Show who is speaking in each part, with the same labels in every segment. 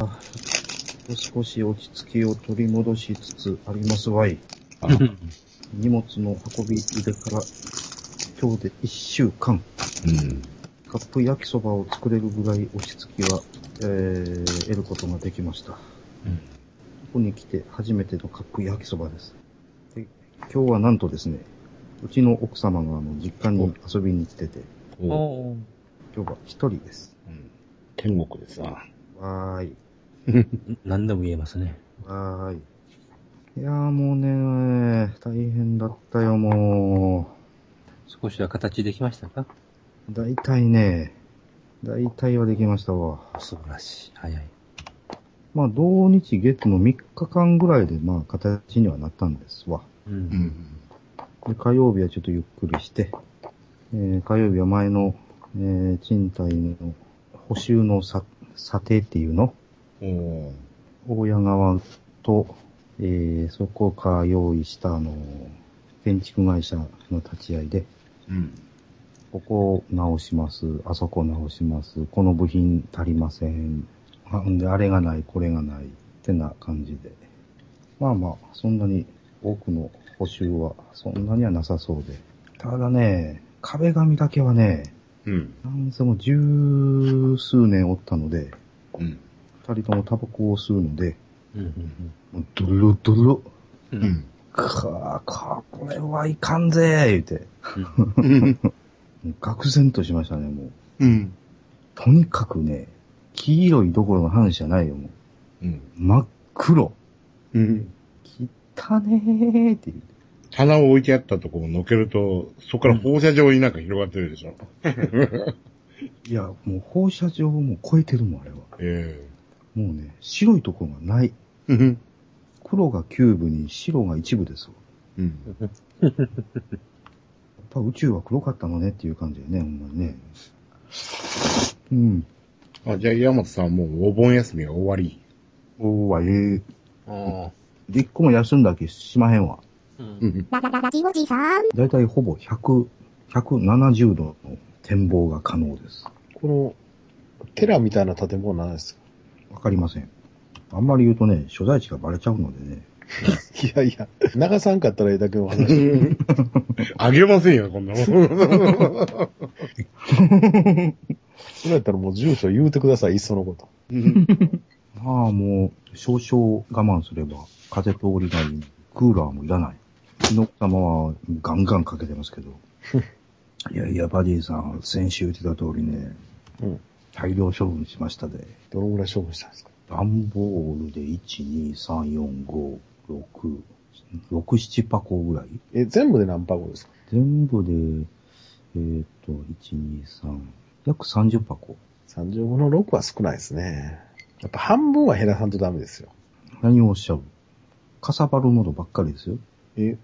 Speaker 1: あ少し落ち着きを取り戻しつつありますわい。
Speaker 2: あ
Speaker 3: う
Speaker 2: ら
Speaker 3: ん
Speaker 1: 荷物の運び入れから今日で1週間、
Speaker 2: うん。
Speaker 1: カップ焼きそばを作れるぐらい落ち着きは、えー、得ることができました。こ
Speaker 3: うん
Speaker 1: こに来て初めてのカップ焼きそばです。で今日はなんとですね、うちの奥様があの実家に遊びに来てて、
Speaker 2: おう
Speaker 3: おー
Speaker 1: 今日は一人です。
Speaker 2: うん天国ですな。
Speaker 1: わーい。
Speaker 3: 何でも言えますね。
Speaker 1: わーい。いやーもうね大変だったよもう。
Speaker 3: 少しは形できましたか
Speaker 1: 大体ね、大体はできましたわ。
Speaker 3: 素晴らしい。早い。
Speaker 1: まあ、同日月の3日間ぐらいで、まあ、形にはなったんですわ。
Speaker 3: う。
Speaker 2: うんん。
Speaker 1: で火曜日はちょっとゆっくりして、えー火曜日は前の、えー賃貸の補修の査査定っていうの
Speaker 2: おう
Speaker 1: 大谷川と、えーそこから用意した、あの、建築会社の立ち会いで、
Speaker 2: うん。
Speaker 1: ここを直します。あそこ直します。この部品足りません。あんで、あれがない、これがない。ってな感じで。まあまあ、そんなに多くの補修はそんなにはなさそうで。ただね、壁紙だけはね、
Speaker 2: うん。
Speaker 1: なんせもう十数年おったので、
Speaker 2: うん。
Speaker 1: 二人ともタバコを吸うので、
Speaker 3: うん。
Speaker 1: もうドロドロ。
Speaker 3: う。
Speaker 2: うんん。
Speaker 1: かか、これはいかんぜ言うて。
Speaker 3: うん
Speaker 1: もう愕然としましたね、もう。
Speaker 2: うん。
Speaker 1: とにかくね、黄色いどころの話じゃないよ、もう。
Speaker 2: うん。
Speaker 1: 真っ黒。
Speaker 2: うん。
Speaker 1: 汚ねーって言
Speaker 2: 棚を置いてあったとこをのけると、そこから放射状になんか広がってるでしょ。
Speaker 1: う。いや、もう放射状をもう超えてるもん、あれは。も
Speaker 2: え
Speaker 1: うね、白いところがない。
Speaker 2: えうん。
Speaker 1: 黒がキューブに白が一部ですわ。
Speaker 2: うん。
Speaker 1: やっぱ宇宙は黒かったのねっていう感じだよね、ほんまにね。うん。
Speaker 2: あ、じゃあ、山本さんはもうお盆休みが終わり。
Speaker 1: おーわ、えー。
Speaker 3: あ
Speaker 1: で、一個も休んだ気しまへんわ。
Speaker 3: ーうん
Speaker 2: うん。
Speaker 4: ララララジオジさん。
Speaker 1: だいたいほぼ100、170度の展望が可能です。
Speaker 5: この、テラみたいな建物なんです
Speaker 1: わかりません。あんまり言うとね、所在地がバレちゃうのでね。
Speaker 5: かいやいや、流さんかったらええだけの話。
Speaker 2: あげませんよ、こんなもん。
Speaker 5: それやったらもう住所言うてください、いっそのこと。
Speaker 1: まあもう、少々我慢すれば、風通りがいい。クーラーもいらない。火の玉はガンガンかけてますけど。いやいや、バディさん、先週言ってた通りね、
Speaker 5: うん
Speaker 1: 大量処分しましたで。
Speaker 5: どのぐらい勝負したんですか
Speaker 1: 段ボールで1、2、3、4、5、6、6、7箱ぐらい
Speaker 5: え、全部で何箱ですか
Speaker 1: 全部で、えーっと、1、2、3、約30箱。
Speaker 5: ?30 分の6は少ないですね。やっぱ半分は減らさんとダメですよ。
Speaker 1: 何をおっしゃるかさばるものばっかりですよ。
Speaker 5: え、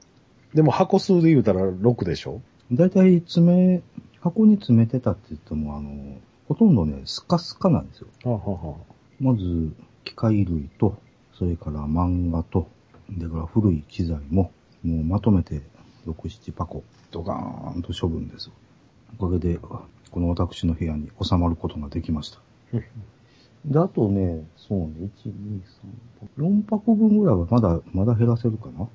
Speaker 5: でも箱数で言うたら6でしょ
Speaker 1: 大体詰め、箱に詰めてたって言っても、あの、ほとんどね、スカスカなんですよ。
Speaker 5: はあ、は
Speaker 1: まず、機械類と、それから漫画と、だから古い機材も、もうまとめて、6、7箱、ドカーンと処分です。おかげで、この私の部屋に収まることができま した。で、あとね、そうね、1、2、3、4箱分ぐらいはまだ、まだ減らせるかな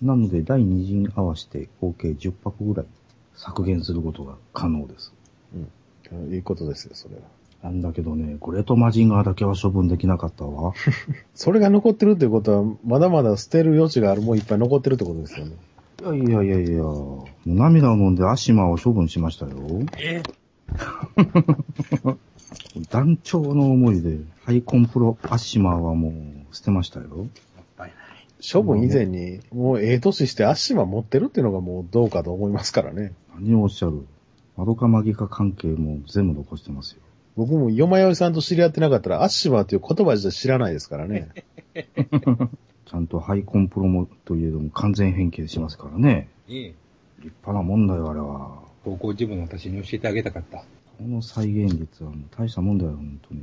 Speaker 1: なので、第2陣合わせて合計10箱ぐらい削減することが可能です。
Speaker 5: あはあ。いいことですよ、それは。
Speaker 1: なんだけどね、グレートマジンガーだけは処分できなかったわ。
Speaker 5: それが残ってるってことは、まだまだ捨てる余地があるもんいっぱい残ってるってことですよね。
Speaker 1: いやいやいやいや、もう涙を飲んでアシマを処分しましたよ。
Speaker 3: え
Speaker 1: 団長の思いで、ハイコンプロアシマはもう捨てましたよ。
Speaker 5: 処分以前に、もうええ年して足は持ってるっていうのがもうどうかと思いますからね。
Speaker 1: 何をおっしゃるマドカマギカ関係も全部残してますよ。
Speaker 5: 僕もよまよいさんと知り合ってなかったら、アッシマーという言葉自体知らないですからね。
Speaker 1: ちゃんとハイコンプロもといえども完全変形しますからね。
Speaker 3: ええ。
Speaker 1: 立派な問題よ、あれは。
Speaker 3: 高校時分の私に教えてあげたかった。
Speaker 1: この再現率はもう大したもんだよ、本当に。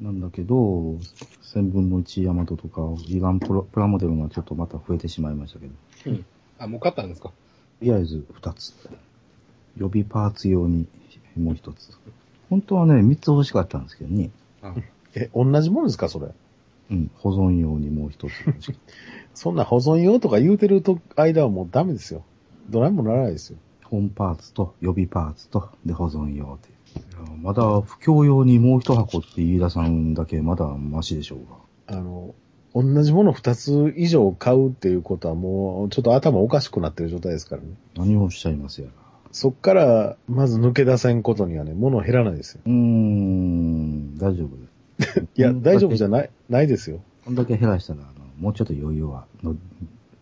Speaker 1: なんだけど、千分の一ヤマトとか、イランプラプラモデルがちょっとまた増えてしまいましたけど。
Speaker 3: あ、もう買ったんですか
Speaker 1: とりあえず二つ。予備パーツ用にもう一つ。本当はね、三つ欲しかったんですけどね。
Speaker 3: あ
Speaker 5: え、同じものですか、それ。
Speaker 1: うん、保存用にもう一つ。
Speaker 5: そんな保存用とか言うてると間はもうダメですよ。ドライもならないですよ。
Speaker 1: 本パーツと予備パーツと、で保存用って。いやまだ、不況用にもう一箱って飯田さんだけまだマシでしょうが。
Speaker 5: あの、同じもの2つ以上買うっていうことはもうちょっと頭おかしくなってる状態ですからね。
Speaker 1: 何をおっしゃいますやら。
Speaker 5: そっから、まず抜け出せんことにはね、物減らないですよ。
Speaker 1: うーん、大丈夫です。
Speaker 5: いや、大丈夫じ
Speaker 1: い
Speaker 5: ゃない、ないですよ。
Speaker 1: こんだけ減らしたら、あの、もうちょっと余裕はの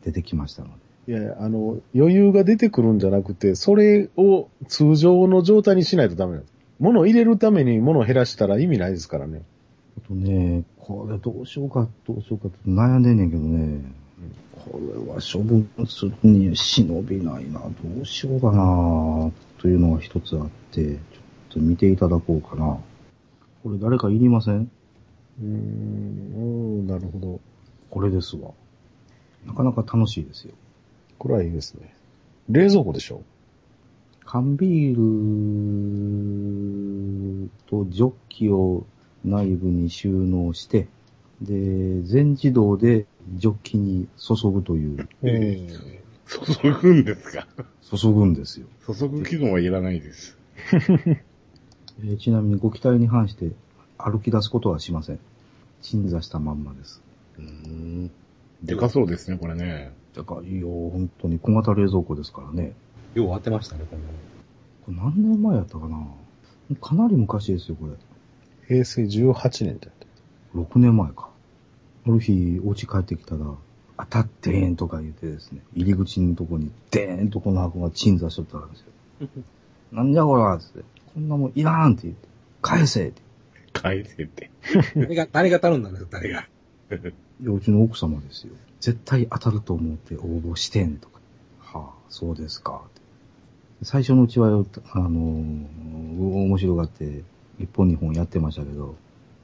Speaker 1: 出てきましたので。
Speaker 5: いやいや、あの、余裕が出てくるんじゃなくて、それを通常の状態にしないとダメなんです。物を入れるために物を減らしたら意味ないですからね。
Speaker 1: あとね、これどうしようか、どうしようかって悩んでんねんけどね。これは処分するに忍びないな。どうしようかな、というのが一つあって、ちょっと見ていただこうかな。これ誰かいりません
Speaker 5: うーん、うーんなるほど。
Speaker 1: これですわ。なかなか楽しいですよ。
Speaker 5: これはいいですね。冷蔵庫でしょ
Speaker 1: 缶ビールとジョッキを内部に収納して、で、全自動でジョッキに注ぐという、
Speaker 2: え注ぐんですか
Speaker 1: 注ぐんですよ。
Speaker 2: 注ぐ機能はいらないです。
Speaker 1: えーちなみにご期待に反して歩き出すことはしません。鎮座したまんまです。
Speaker 2: うん。でかそうですね、これね。
Speaker 1: だからいいよ、本当に小型冷蔵庫ですからね。
Speaker 3: よう当てましたね、こんなの。
Speaker 1: これ何年前やったかなかなり昔ですよ、これ。
Speaker 5: 平成18年ってやって。
Speaker 1: 6年前か。ある日、お家帰ってきたら、当たってーんとか言ってですね、入り口のとこに、でーんとこの箱が鎮座しとったわけですよ。なんじゃこらつって、こんなもんいらんって言って、返せって。
Speaker 2: 返せって。
Speaker 3: 誰が、誰が頼んだんですか、誰が。
Speaker 1: いや、うちの奥様ですよ。絶対当たると思って応募してんとか。はあ、そうですかって。最初のうちはよ、あのー面白がって、一本二本やってましたけど、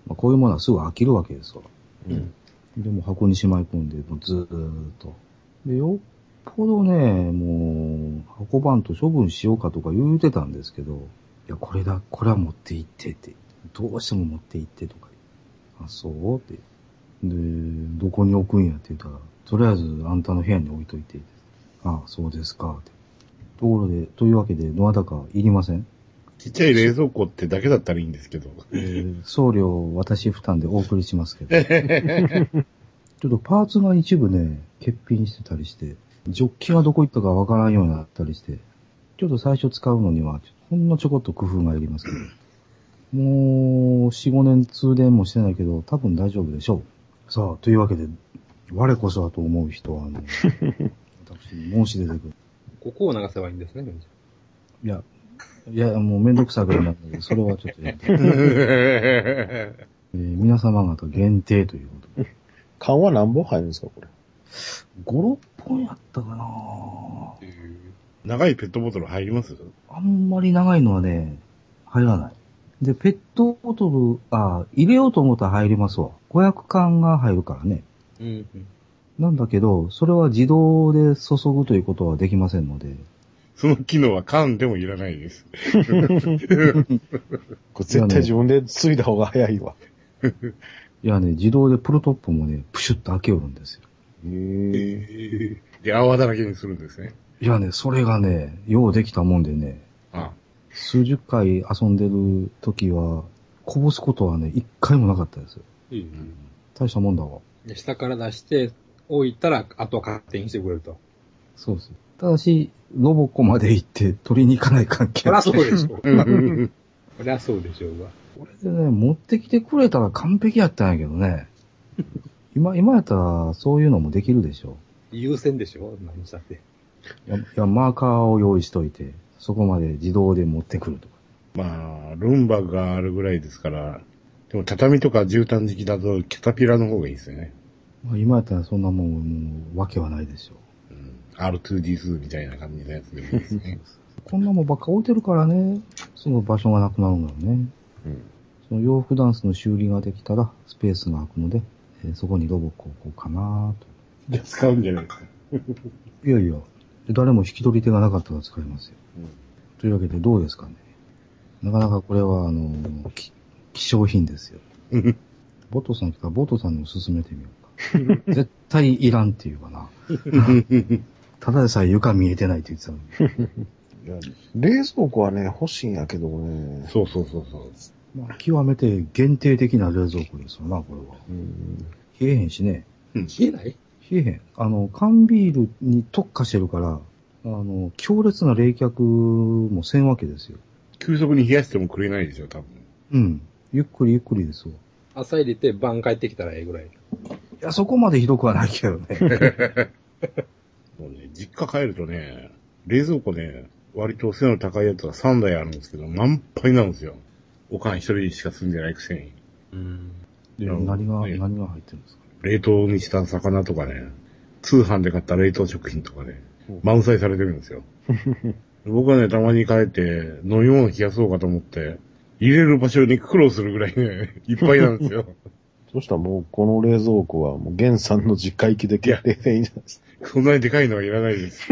Speaker 1: まあ、こういうものはすぐ飽きるわけですわ。
Speaker 3: うん。
Speaker 1: でも箱にしまい込んで、もうずーっと。で、よっぽどね、もう、運ばんと処分しようかとか言うてたんですけど、いや、これだ、これは持って行ってって。どうしても持って行ってとか。あ、そうって。で、どこに置くんやって言ったら、とりあえずあんたの部屋に置いといて。あそうですか、って。ところで、というわけで、どなたかいりません、
Speaker 2: ちっちゃい冷蔵庫ってだけだったらいいんですけど。
Speaker 1: えー送料私負担でお送りしますけ ど。ちょっとパーツが一部ね、欠品してたりして、ジョッキがどこ行ったかわからんようになったりして、ちょっと最初使うのには、ほんのちょこっと工夫がいりますけど。もう、4、5年通電もしてないけど、多分大丈夫でしょう。さあ、というわけで、我こそはと思う人は、あ の私に申し出てくる。
Speaker 3: ここを流せばいいんですね、
Speaker 1: いや、いや、もうめんどくさくなったので、それはちょっとやめ て、えー皆様方限定ということで
Speaker 5: 缶は何本入るんですか、これ。
Speaker 1: 5、6本やったかな
Speaker 2: 長いペットボトル入ります
Speaker 1: あんまり長いのはね、入らない。で、ペットボトル、あ入れようと思ったら入りますわ。500缶が入るからね。
Speaker 3: うん。うん。
Speaker 1: なんだけど、それは自動で注ぐということはできませんので、
Speaker 2: その機能は缶でもいらないです。
Speaker 5: これ絶対自分でついだ方が早いわ。
Speaker 1: いやね、自動でプルトップもね、プシュッと開けよるんですよ。
Speaker 5: へえ。
Speaker 2: で、泡だらけにするんですね。
Speaker 1: いやね、それがね、ようできたもんでね、
Speaker 2: あ
Speaker 1: 数十回遊んでる時は、こぼすことはね、一回もなかったですよ。
Speaker 3: いい
Speaker 2: あ。
Speaker 3: ね
Speaker 1: 大したもんだわ。
Speaker 3: で下から出して、置いたら、あとは勝手にしてくれると。
Speaker 1: そうです。ただし、ロボコまで行って取りに行かない関係
Speaker 3: そりゃそうでしょう。
Speaker 2: うんうんうん
Speaker 3: そりゃそうでしょうが。
Speaker 1: これでね、持ってきてくれたら完璧やったんやけどね。今、今やったらそういうのもできるでしょ
Speaker 3: 優先でしょ何したって。
Speaker 1: いや。いや、マーカーを用意しといて、そこまで自動で持ってくるとか。
Speaker 2: まあ、ルンバがあるぐらいですから、でも畳とか絨毯敷きだとキャタピラの方がいいですよね。
Speaker 1: まあ、今やったらそんなもん、もう、わけはないでしょ
Speaker 2: うん、R2D2 みたいな感じのやつでもいいですね。
Speaker 1: こんなもんばっか置いてるからね、その場所がなくなるんだよね。
Speaker 2: うん
Speaker 1: その洋服ダンスの修理ができたら、スペースが空くので、えーそこにロボコを置こうかなと。
Speaker 2: じゃあ使うんじゃないですか。
Speaker 1: いやいや、誰も引き取り手がなかったら使いますよ。というわけでどうですかね。なかなかこれは、あの、き希少品ですよ。
Speaker 2: うん
Speaker 1: ボトさん来たらボトさんにも勧めてみようか。絶対いらんっていうかな。ただでさえ床見えてないって言ってたのに。
Speaker 2: いや
Speaker 5: 冷蔵庫はね、欲しいんやけどね。
Speaker 2: そうそうそうそう。
Speaker 1: まあ、極めて限定的な冷蔵庫ですよな、これは。
Speaker 5: うん。
Speaker 1: 冷えへんしね。
Speaker 3: 冷えない
Speaker 1: 冷えへん。あの、缶ビールに特化してるから、あの、強烈な冷却もせんわけですよ。
Speaker 2: 急速に冷やしても食えないですよ、多分。
Speaker 1: うん。ゆっくりゆっくりですよ。
Speaker 3: 朝入れて晩帰ってきたらええぐらい。
Speaker 1: いや、そこまでひどくはないけどね。
Speaker 2: もうね、実家帰るとね、冷蔵庫ね、割と背の高いやつが3台あるんですけど、満杯なんですよ。おかん一人しか住んでないくせに。
Speaker 3: うん。
Speaker 1: で
Speaker 2: いや
Speaker 1: 何が、
Speaker 2: はい
Speaker 1: 何が入ってるんですか
Speaker 2: 冷凍にした魚とかね、通販で買った冷凍食品とかね
Speaker 5: うん、
Speaker 2: 満載されてるんですよ。僕はね、たまに帰って、飲み物冷やそうかと思って、入れる場所に苦労するぐらいね、いっぱいなんですよ。
Speaker 5: そしたらもう、この冷蔵庫は、もう、ゲンさんの実家行きで決定でいいんじゃないですか。
Speaker 2: そんなにでかいのはいらないです。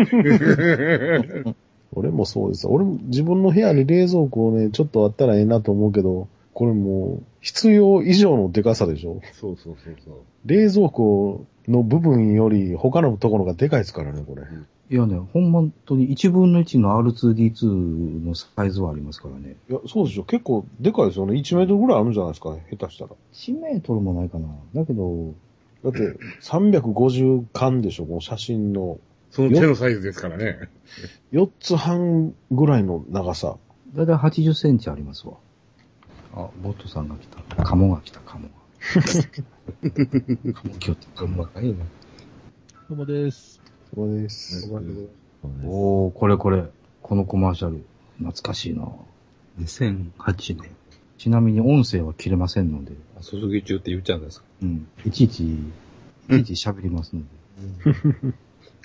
Speaker 5: 俺もそうです。俺も自分の部屋に冷蔵庫をね、ちょっとあったらええなと思うけど、これもう、必要以上のデカさでしょ。
Speaker 2: そうそうそうそ
Speaker 5: 冷蔵庫の部分より他のところがでかいですからね、これ。
Speaker 1: いやね、ほんま本当に1分の1の R2D2 のサイズはありますからね。
Speaker 5: いや、そうでしょ。結構でかいですよね。1メートルぐらいあるんじゃないですか、下手したら。
Speaker 1: 1メートルもないかな。だけど、
Speaker 5: だって、350巻でしょ、この写真の。
Speaker 2: その手のサイズですからね。
Speaker 5: 4つ半ぐらいの長さ。
Speaker 1: だいたい80センチありますわ。あ、ボットさんが来た。カモが来た、カモ が。カモキョって、カモが。
Speaker 3: かいな。
Speaker 4: どうもです。
Speaker 5: そうです。
Speaker 4: どうもです
Speaker 1: おー、これこれ。このコマーシャル。懐かしいな
Speaker 4: 2008年。
Speaker 1: ちなみに音声は切れませんので、
Speaker 3: 注ぎ中って言っちゃうん ですか
Speaker 1: うん。いちいち、いちいち喋りますので。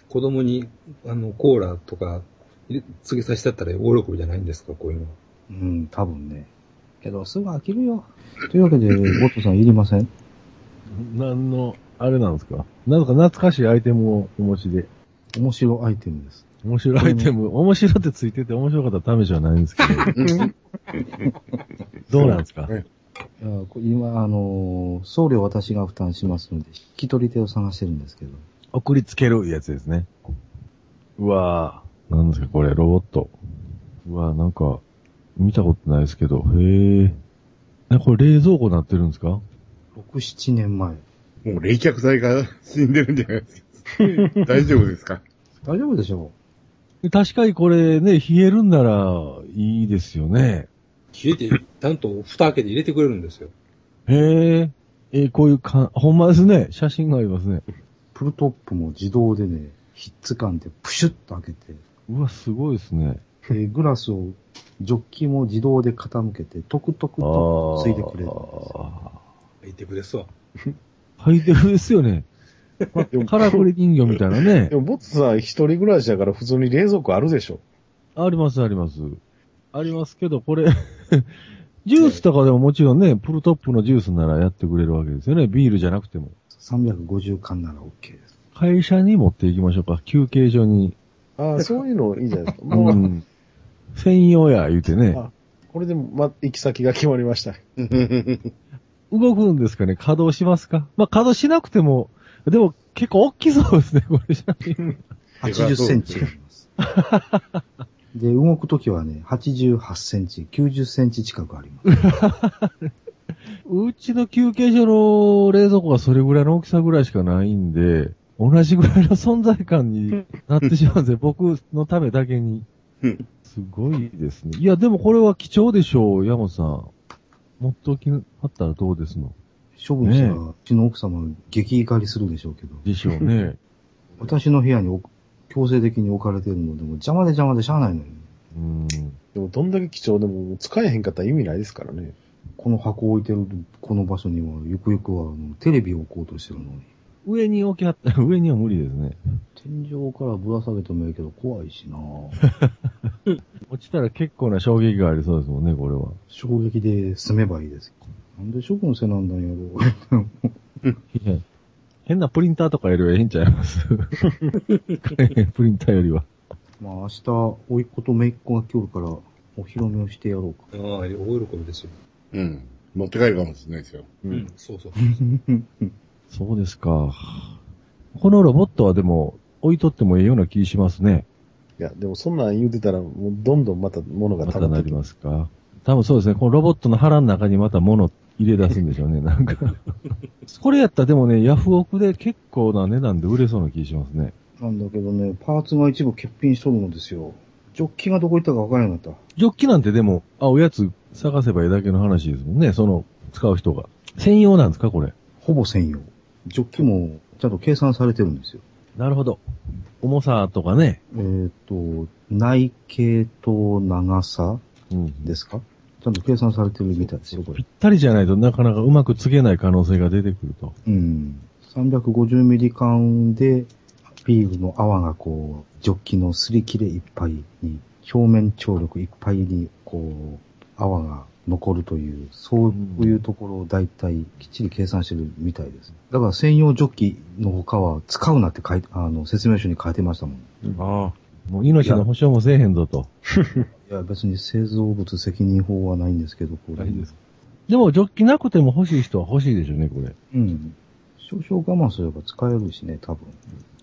Speaker 3: 子供に、あの、コーラとか、入れ告げさせたったら大喜びじゃないんですかこういうの。
Speaker 1: うん、多分ね。けど、すぐ飽きるよ。というわけ で、ゴットさんいりません
Speaker 4: 何の、あれなんですかなんか懐かしいアイテムをお持ちで。
Speaker 1: 面白アイテムです。
Speaker 4: 面白いアイテム、面白ってついてて面白かったら試しはないんですけど。 どうなんですか
Speaker 2: ね
Speaker 1: いやこ今、あのー送料私が負担しますので、引き取り手を探してるんですけど。
Speaker 4: 送りつけるやつですね。うわぁ。なんですかこれ、ロボット。うわぁ、なんか、見たことないですけど。へえ。え、これ冷蔵庫になってるんですか
Speaker 1: 6、7年前。
Speaker 2: もう冷却剤が死んでるんじゃないですか。大丈夫ですか
Speaker 1: 大丈夫でしょ
Speaker 4: で確かにこれね、冷えるんならいいですよね。
Speaker 3: 入れて、ちゃんと蓋開けて入れてくれるんですよ。
Speaker 4: へえ。えーこういうか、ほんまですね。写真がありますね。
Speaker 1: うプルトップも自動でね、ひっつかんでプシュッと開けて、
Speaker 4: うわ、すごいですね。
Speaker 1: でグラスを、ジョッキも自動で傾けて、トクトクとついてくれるんですよ。
Speaker 4: あ
Speaker 3: 入ってくれそう。
Speaker 4: ー。ハイテルですよ ね。
Speaker 5: でも、
Speaker 4: カラフル人形みたいなね
Speaker 5: で。もボツさん一人暮らしだから普通に冷蔵庫あるでしょ。
Speaker 4: あります、あります。ありますけど、これ、 ジュースとかでももちろんね、プルトップのジュースならやってくれるわけですよね。ビールじゃなくても。
Speaker 1: 350缶なら OK です。
Speaker 4: 会社に持っていきましょうか。休憩所に。
Speaker 5: ああ、そういうのいいじゃない ですか。
Speaker 4: う
Speaker 5: もう、
Speaker 4: ん。専用や、言うてね。
Speaker 5: あこれでも、ま、行き先が決まりました。
Speaker 4: 動くんですかね稼働しますかまあ、稼働しなくても、でも結構大きそうですね、これ。
Speaker 1: 80センチあります。 で、動くときはね、88センチ、90センチ近くあります。
Speaker 4: うちの休憩所の冷蔵庫がそれぐらいの大きさぐらいしかないんで、同じぐらいの存在感になってしまうんですよ。 僕のためだけに
Speaker 2: うん。
Speaker 4: すごいですね。いや、でもこれは貴重でしょう、山本さん。持っておきあったらどうですの
Speaker 1: 処分したら、
Speaker 4: ねえ
Speaker 1: うちの奥様激怒りするでしょうけど。
Speaker 4: でしょう ね。
Speaker 1: 私の部屋にお強制的に置かれてるので、もう邪魔で邪魔でしゃあないのに。
Speaker 4: うん。
Speaker 5: でも、どんだけ貴重でも、使えへんかったら意味ないですからね。
Speaker 1: この箱を置いてるこの場所には、ゆくゆくはあのテレビを置こうとしてるのに。
Speaker 4: 上に置きあったら、 上には無理ですね。
Speaker 1: 天井からぶら下げてもいいけど怖いし な
Speaker 4: 落ちたら結構な衝撃がありそうですもんね、これは。
Speaker 1: 衝撃で済めばいいです。なんで処分せなんだんやろう。
Speaker 4: いや変なプリンターとかよりはええんちゃいま す プリンターよりは。
Speaker 1: まあ明日、甥いっ子と姪っ子が来るから、お披露目をしてやろうか。
Speaker 3: ああ、大喜びですよ。
Speaker 2: うん。持って帰るかもしれないですよ。
Speaker 5: う
Speaker 3: うんん、そうそう。
Speaker 4: そうですか。このロボットはでも、置いとってもええような気しますね。
Speaker 5: いや、でもそんなん言うてたら、もうどんどんまた物が
Speaker 4: ま
Speaker 5: 溜
Speaker 4: た
Speaker 5: まっ
Speaker 4: な
Speaker 5: て
Speaker 4: り
Speaker 5: くる。
Speaker 4: ますか。多分そうですね。このロボットの腹の中にまた物入れ出すんでしょうね。なん か。これやったらでもね、ヤフオクで結構な値段で売れそうな気しますね。
Speaker 1: なんだけどね、パーツが一部欠品しとるのですよ。ジョッキがどこ行ったか分からなかっ
Speaker 4: ジョッキなんてでも、あ、おやつ探せばいいだけの話ですもんね。その、使う人が。専用なんですかこれ。
Speaker 1: た。ほぼ専用。ジョッキもちゃんと計算されてるんですよ。
Speaker 4: なるほど。重さとかね。
Speaker 1: えっ、と、内径と長さ
Speaker 4: うん
Speaker 1: ですかちゃんと計算されてるみたいですよ、こ
Speaker 4: ぴ
Speaker 1: れ
Speaker 4: っ。たりじゃないとなかなかうまくつけない可能性が出てくると。
Speaker 1: うん。350ミリ缶で、ビールの泡がこう、ジョッキのすり切れいっぱいに、表面張力いっぱいに、こう、泡が残るという、そういうところを大体きっちり計算してるみたいです。だから専用ジョッキの他は使うなって書いて、あの、説明書に書いてましたもん。い
Speaker 4: ああ。もう命の保証もせえへんぞと。
Speaker 1: や、別に製造物責任法はないんですけど、これ。
Speaker 4: でも、ジョッキなくても欲しい人は欲しいでしょうね、これ。
Speaker 1: うん。少々我慢すれば使えるしね、多分。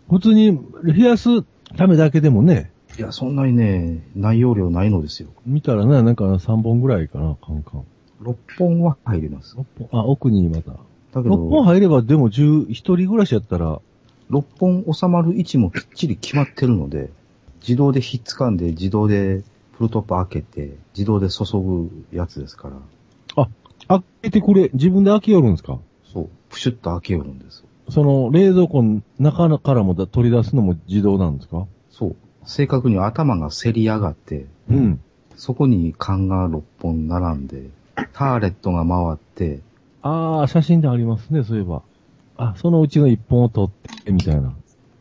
Speaker 4: 普通に冷やすためだけでもね、
Speaker 1: いや、そんなにね、内容量ないのですよ。
Speaker 4: 見たらな、なんか3本ぐらいかな、カンカン。
Speaker 1: 6本は入ります。
Speaker 4: 六本あ、奥にまた。
Speaker 1: だけど、
Speaker 4: 6本入れば、でも10、一人暮らしやったら、
Speaker 1: 6本収まる位置もきっちり決まってるので、自動でひっつかんで、自動でプルトップ開けて、自動で注ぐやつですから、
Speaker 4: 開けてくれ、自分で開けよるんですか
Speaker 1: そう、プシュッと開けよるんですよ。
Speaker 4: その、冷蔵庫の中からもだ取り出すのも自動なんですか
Speaker 1: そう。正確に頭がせり上がって、
Speaker 4: うん。
Speaker 1: そこに缶が6本並んで、ターレットが回って、
Speaker 4: ああ、写真でありますね、そういえば。あ、そのうちの1本を取って、みたいな。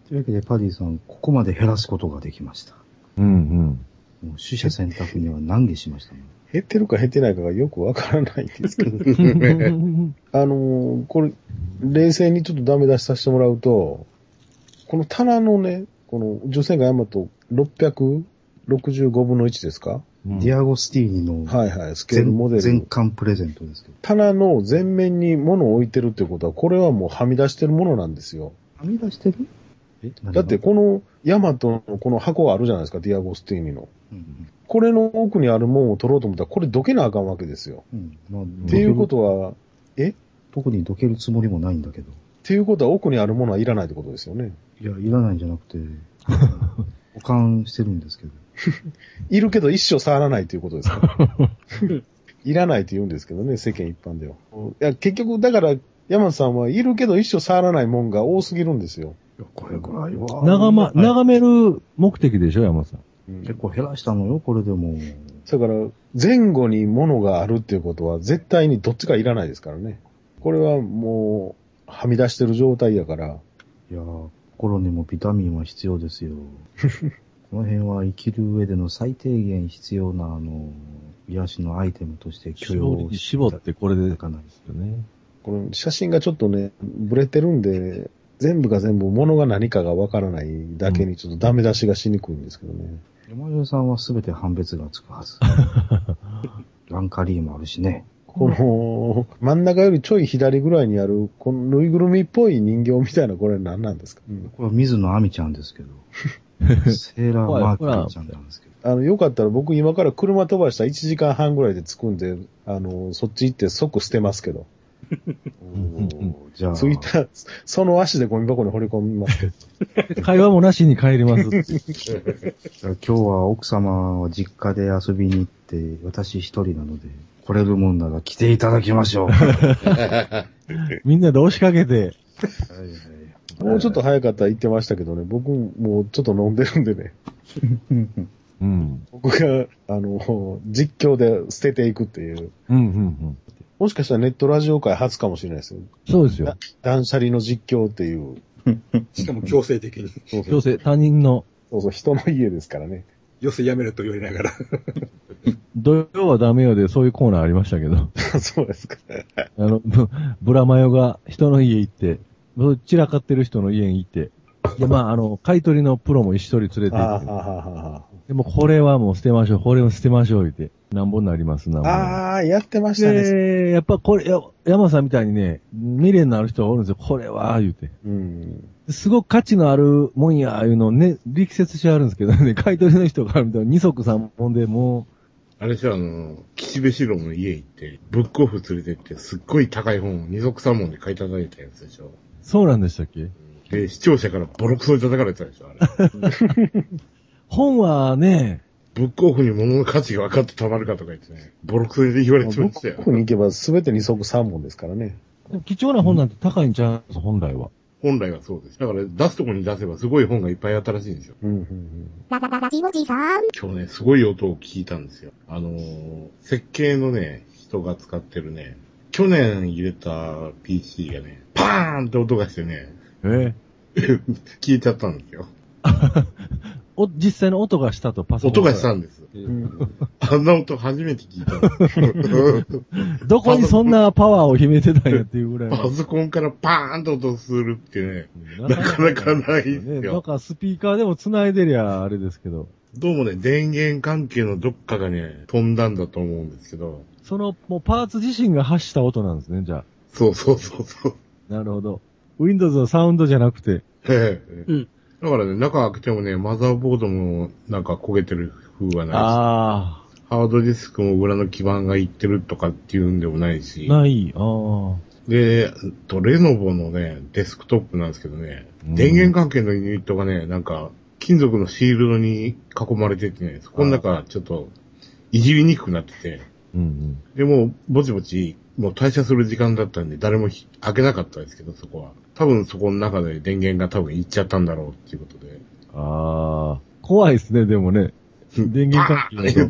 Speaker 1: というわけでパディさん、ここまで減らすことができました。
Speaker 4: うんうん。
Speaker 1: もう取捨選択には難儀しましたね。
Speaker 5: 減ってるか減ってないかがよくわからないんですけ ど。あのーこれ、冷静にちょっとダメ出しさせてもらうと、この棚のね、この女性がヤマト665分の1ですか
Speaker 1: ディアゴスティーニの
Speaker 5: はいはい、スケール
Speaker 1: 全
Speaker 5: モデ
Speaker 1: 全
Speaker 5: ル。
Speaker 1: 巻プレゼントですけど。
Speaker 5: 棚の前面に物を置いてるってことは、これはもうはみ出してるものなんですよ。
Speaker 1: はみ出してるえ
Speaker 5: だって、このヤマトのこの箱あるじゃないですか、ディアゴスティーニの。
Speaker 1: うん
Speaker 5: これの奥にあるもんを取ろうと思ったら、これどけなあかんわけですよ。
Speaker 1: うんまあ、っ
Speaker 5: っていうことは、っ
Speaker 1: 特にどけるつもりもないんだけど。
Speaker 5: ていうことは奥にあるものはいらないってことですよね。
Speaker 1: いや、いらないんじゃなく て、保管してるんですけど。
Speaker 5: いるけど一生触らないということですかいらないと言うんですけどね、世間一般では。いや、結局、だから、山田さんはいるけど一生触らないもんが多すぎるんですよ。
Speaker 1: これぐらいは
Speaker 4: 眺ま、眺める目的でしょ、山田さん。
Speaker 1: 結構減らしたのよ、これでも。
Speaker 5: だから、前後に物があるっていうことは、絶対にどっちかいらないですからね。これはもう、はみ出してる状態やから、
Speaker 1: いやー、心にもビタミンは必要 ですよ。この辺は生きる上での最低限必要な、あの、癒しのアイテムとして許容して
Speaker 4: 絞ってこれで
Speaker 1: いかない。
Speaker 4: ね。
Speaker 5: この写真がちょっとね、ブレてるんで、全部が全部物が何かがわからないだけにちょっとダメ出しがしにくいんですけどね。
Speaker 1: 山上さんは全て判別がつくは ず。ランカリーもあるしね。
Speaker 5: この、真ん中よりちょい左ぐらいにある、このぬいぐるみっぽい人形みたいな、これ何なんですか、
Speaker 1: これは水野亜美ちゃんですけど。セーラーマーキーちゃんなんですけど。
Speaker 5: あの、よかったら僕今から車飛ばしたら1時間半ぐらいで着くんで、あの、そっち行って即捨てますけど。
Speaker 1: おーじゃあ、
Speaker 5: 着いた、その足でゴミ箱に掘り込みます けど。
Speaker 4: 会話もなしに帰ります って。
Speaker 1: じゃあ今日は奥様は実家で遊びに行って、私一人なので、来れるもんなら来ていただきま しょう。はい
Speaker 4: みんなで押しかけて、
Speaker 1: はい
Speaker 5: もうちょっと早かったら行ってましたけどね、僕もうちょっと飲んでるん でね、
Speaker 1: うん
Speaker 4: うん。
Speaker 5: 僕が、あの、実況で捨てていくっていう。
Speaker 4: うん、うん、うん。
Speaker 5: もしかしたらネットラジオ界初かもしれないですよ。
Speaker 4: そうですよ。
Speaker 5: 断捨離の実況っていう。
Speaker 3: しかも強制的に、
Speaker 5: そうそ
Speaker 4: ど
Speaker 5: う
Speaker 4: うせ他人の、
Speaker 5: そうそう、人の家ですからね。
Speaker 3: 寄せやめると言われながら。
Speaker 4: 土曜はダメよでそういうコーナーありましたけ ど、
Speaker 5: そうですか。
Speaker 4: あの、ブブラマヨが人の家行って、散らかってる人の家に行って、で、まあ、あの、買い取りのプロも一人連れて
Speaker 5: ああ、はあ
Speaker 4: 行って、
Speaker 5: はあはあ
Speaker 4: でもこれはもう捨てましょう、これを捨てましょう言って。なんぼになります、なんぼになります。
Speaker 5: あー、やってましたね。
Speaker 4: で、やっぱこれ、や山さんみたいにね、未練のある人がおるんですよ。これは、言うて。
Speaker 5: うん。
Speaker 4: すごく価値のあるもんや、いうのをね、力説しはるんですけどね、 買い取りの人から見たら2足3本でも
Speaker 2: あれじゃあの、岸辺四郎の家行って、ブックオフ連れてって、すっごい高い本を二足三本で買い叩いたやつでしょ。
Speaker 4: う、そうなんでしたっけ
Speaker 2: で、視聴者からボロクソに叩かれてたでしょ、あれ。
Speaker 4: 本はね、
Speaker 2: ブックオフに物の価値が分かってたまるかとか言ってね、ボロクソに言われてましたよ。
Speaker 5: 僕に行けば全て二足三本ですからね。
Speaker 4: 貴重な本なんて高いんちゃうんです、本来は。
Speaker 2: 本来はそうです。だから出すとこに出せばすごい本がいっぱいあったらしいんですよ。
Speaker 5: うんうんうん。
Speaker 6: ララララジオジさん。
Speaker 2: 今日ね、すごい音を聞いたんですよ。あのー、設計のね、人が使ってるね、去年入れた PC がね、パーンって音がしてね、
Speaker 4: ええ
Speaker 2: 聞いちゃったんですよ。
Speaker 4: お、実際の音がしたとパソコン。
Speaker 2: 音がしたんです。あんな音初めて聞いた。
Speaker 4: どこにそんなパワーを秘めてたんやっていうぐらい
Speaker 2: パ
Speaker 4: の。
Speaker 2: ソコンからパーンと音するってね、なかなかないですよ
Speaker 4: ねなんかスピーカーでも繋いでりゃあれですけど、
Speaker 2: どうもね、電源関係のどっかがね、飛んだんだと思うんですけど、
Speaker 4: そのもうパーツ自身が発した音なんですね、じゃあ。
Speaker 2: そうそうそうそう。
Speaker 4: なるほど。Windows のサウンドじゃなくて、
Speaker 2: ええ
Speaker 3: うん
Speaker 2: だからね、中開けてもね、マザーボードもなんか焦げてる風はない
Speaker 4: あ
Speaker 2: し、ハードディスクも裏の基板がいってるとかっていうんでもない
Speaker 4: あ、
Speaker 2: し、
Speaker 4: ない、ああ。
Speaker 2: で、えっと、レノボのね、デスクトップなんですけどね、
Speaker 4: うん
Speaker 2: 電源関係のユニットがね、なんか、金属のシールドに囲まれててね、そこの中ちょっと、いじりにくくなってて、
Speaker 4: うん
Speaker 2: でも、ぼちぼち、もう退社する時間だったんで、誰もひ開けなかったですけど、そこは。多分そこの中で電源が多分行っちゃったんだろうっていうことで。
Speaker 4: うん。ああ、怖いですね、でもね。電源関係
Speaker 2: バーン
Speaker 4: の
Speaker 2: っ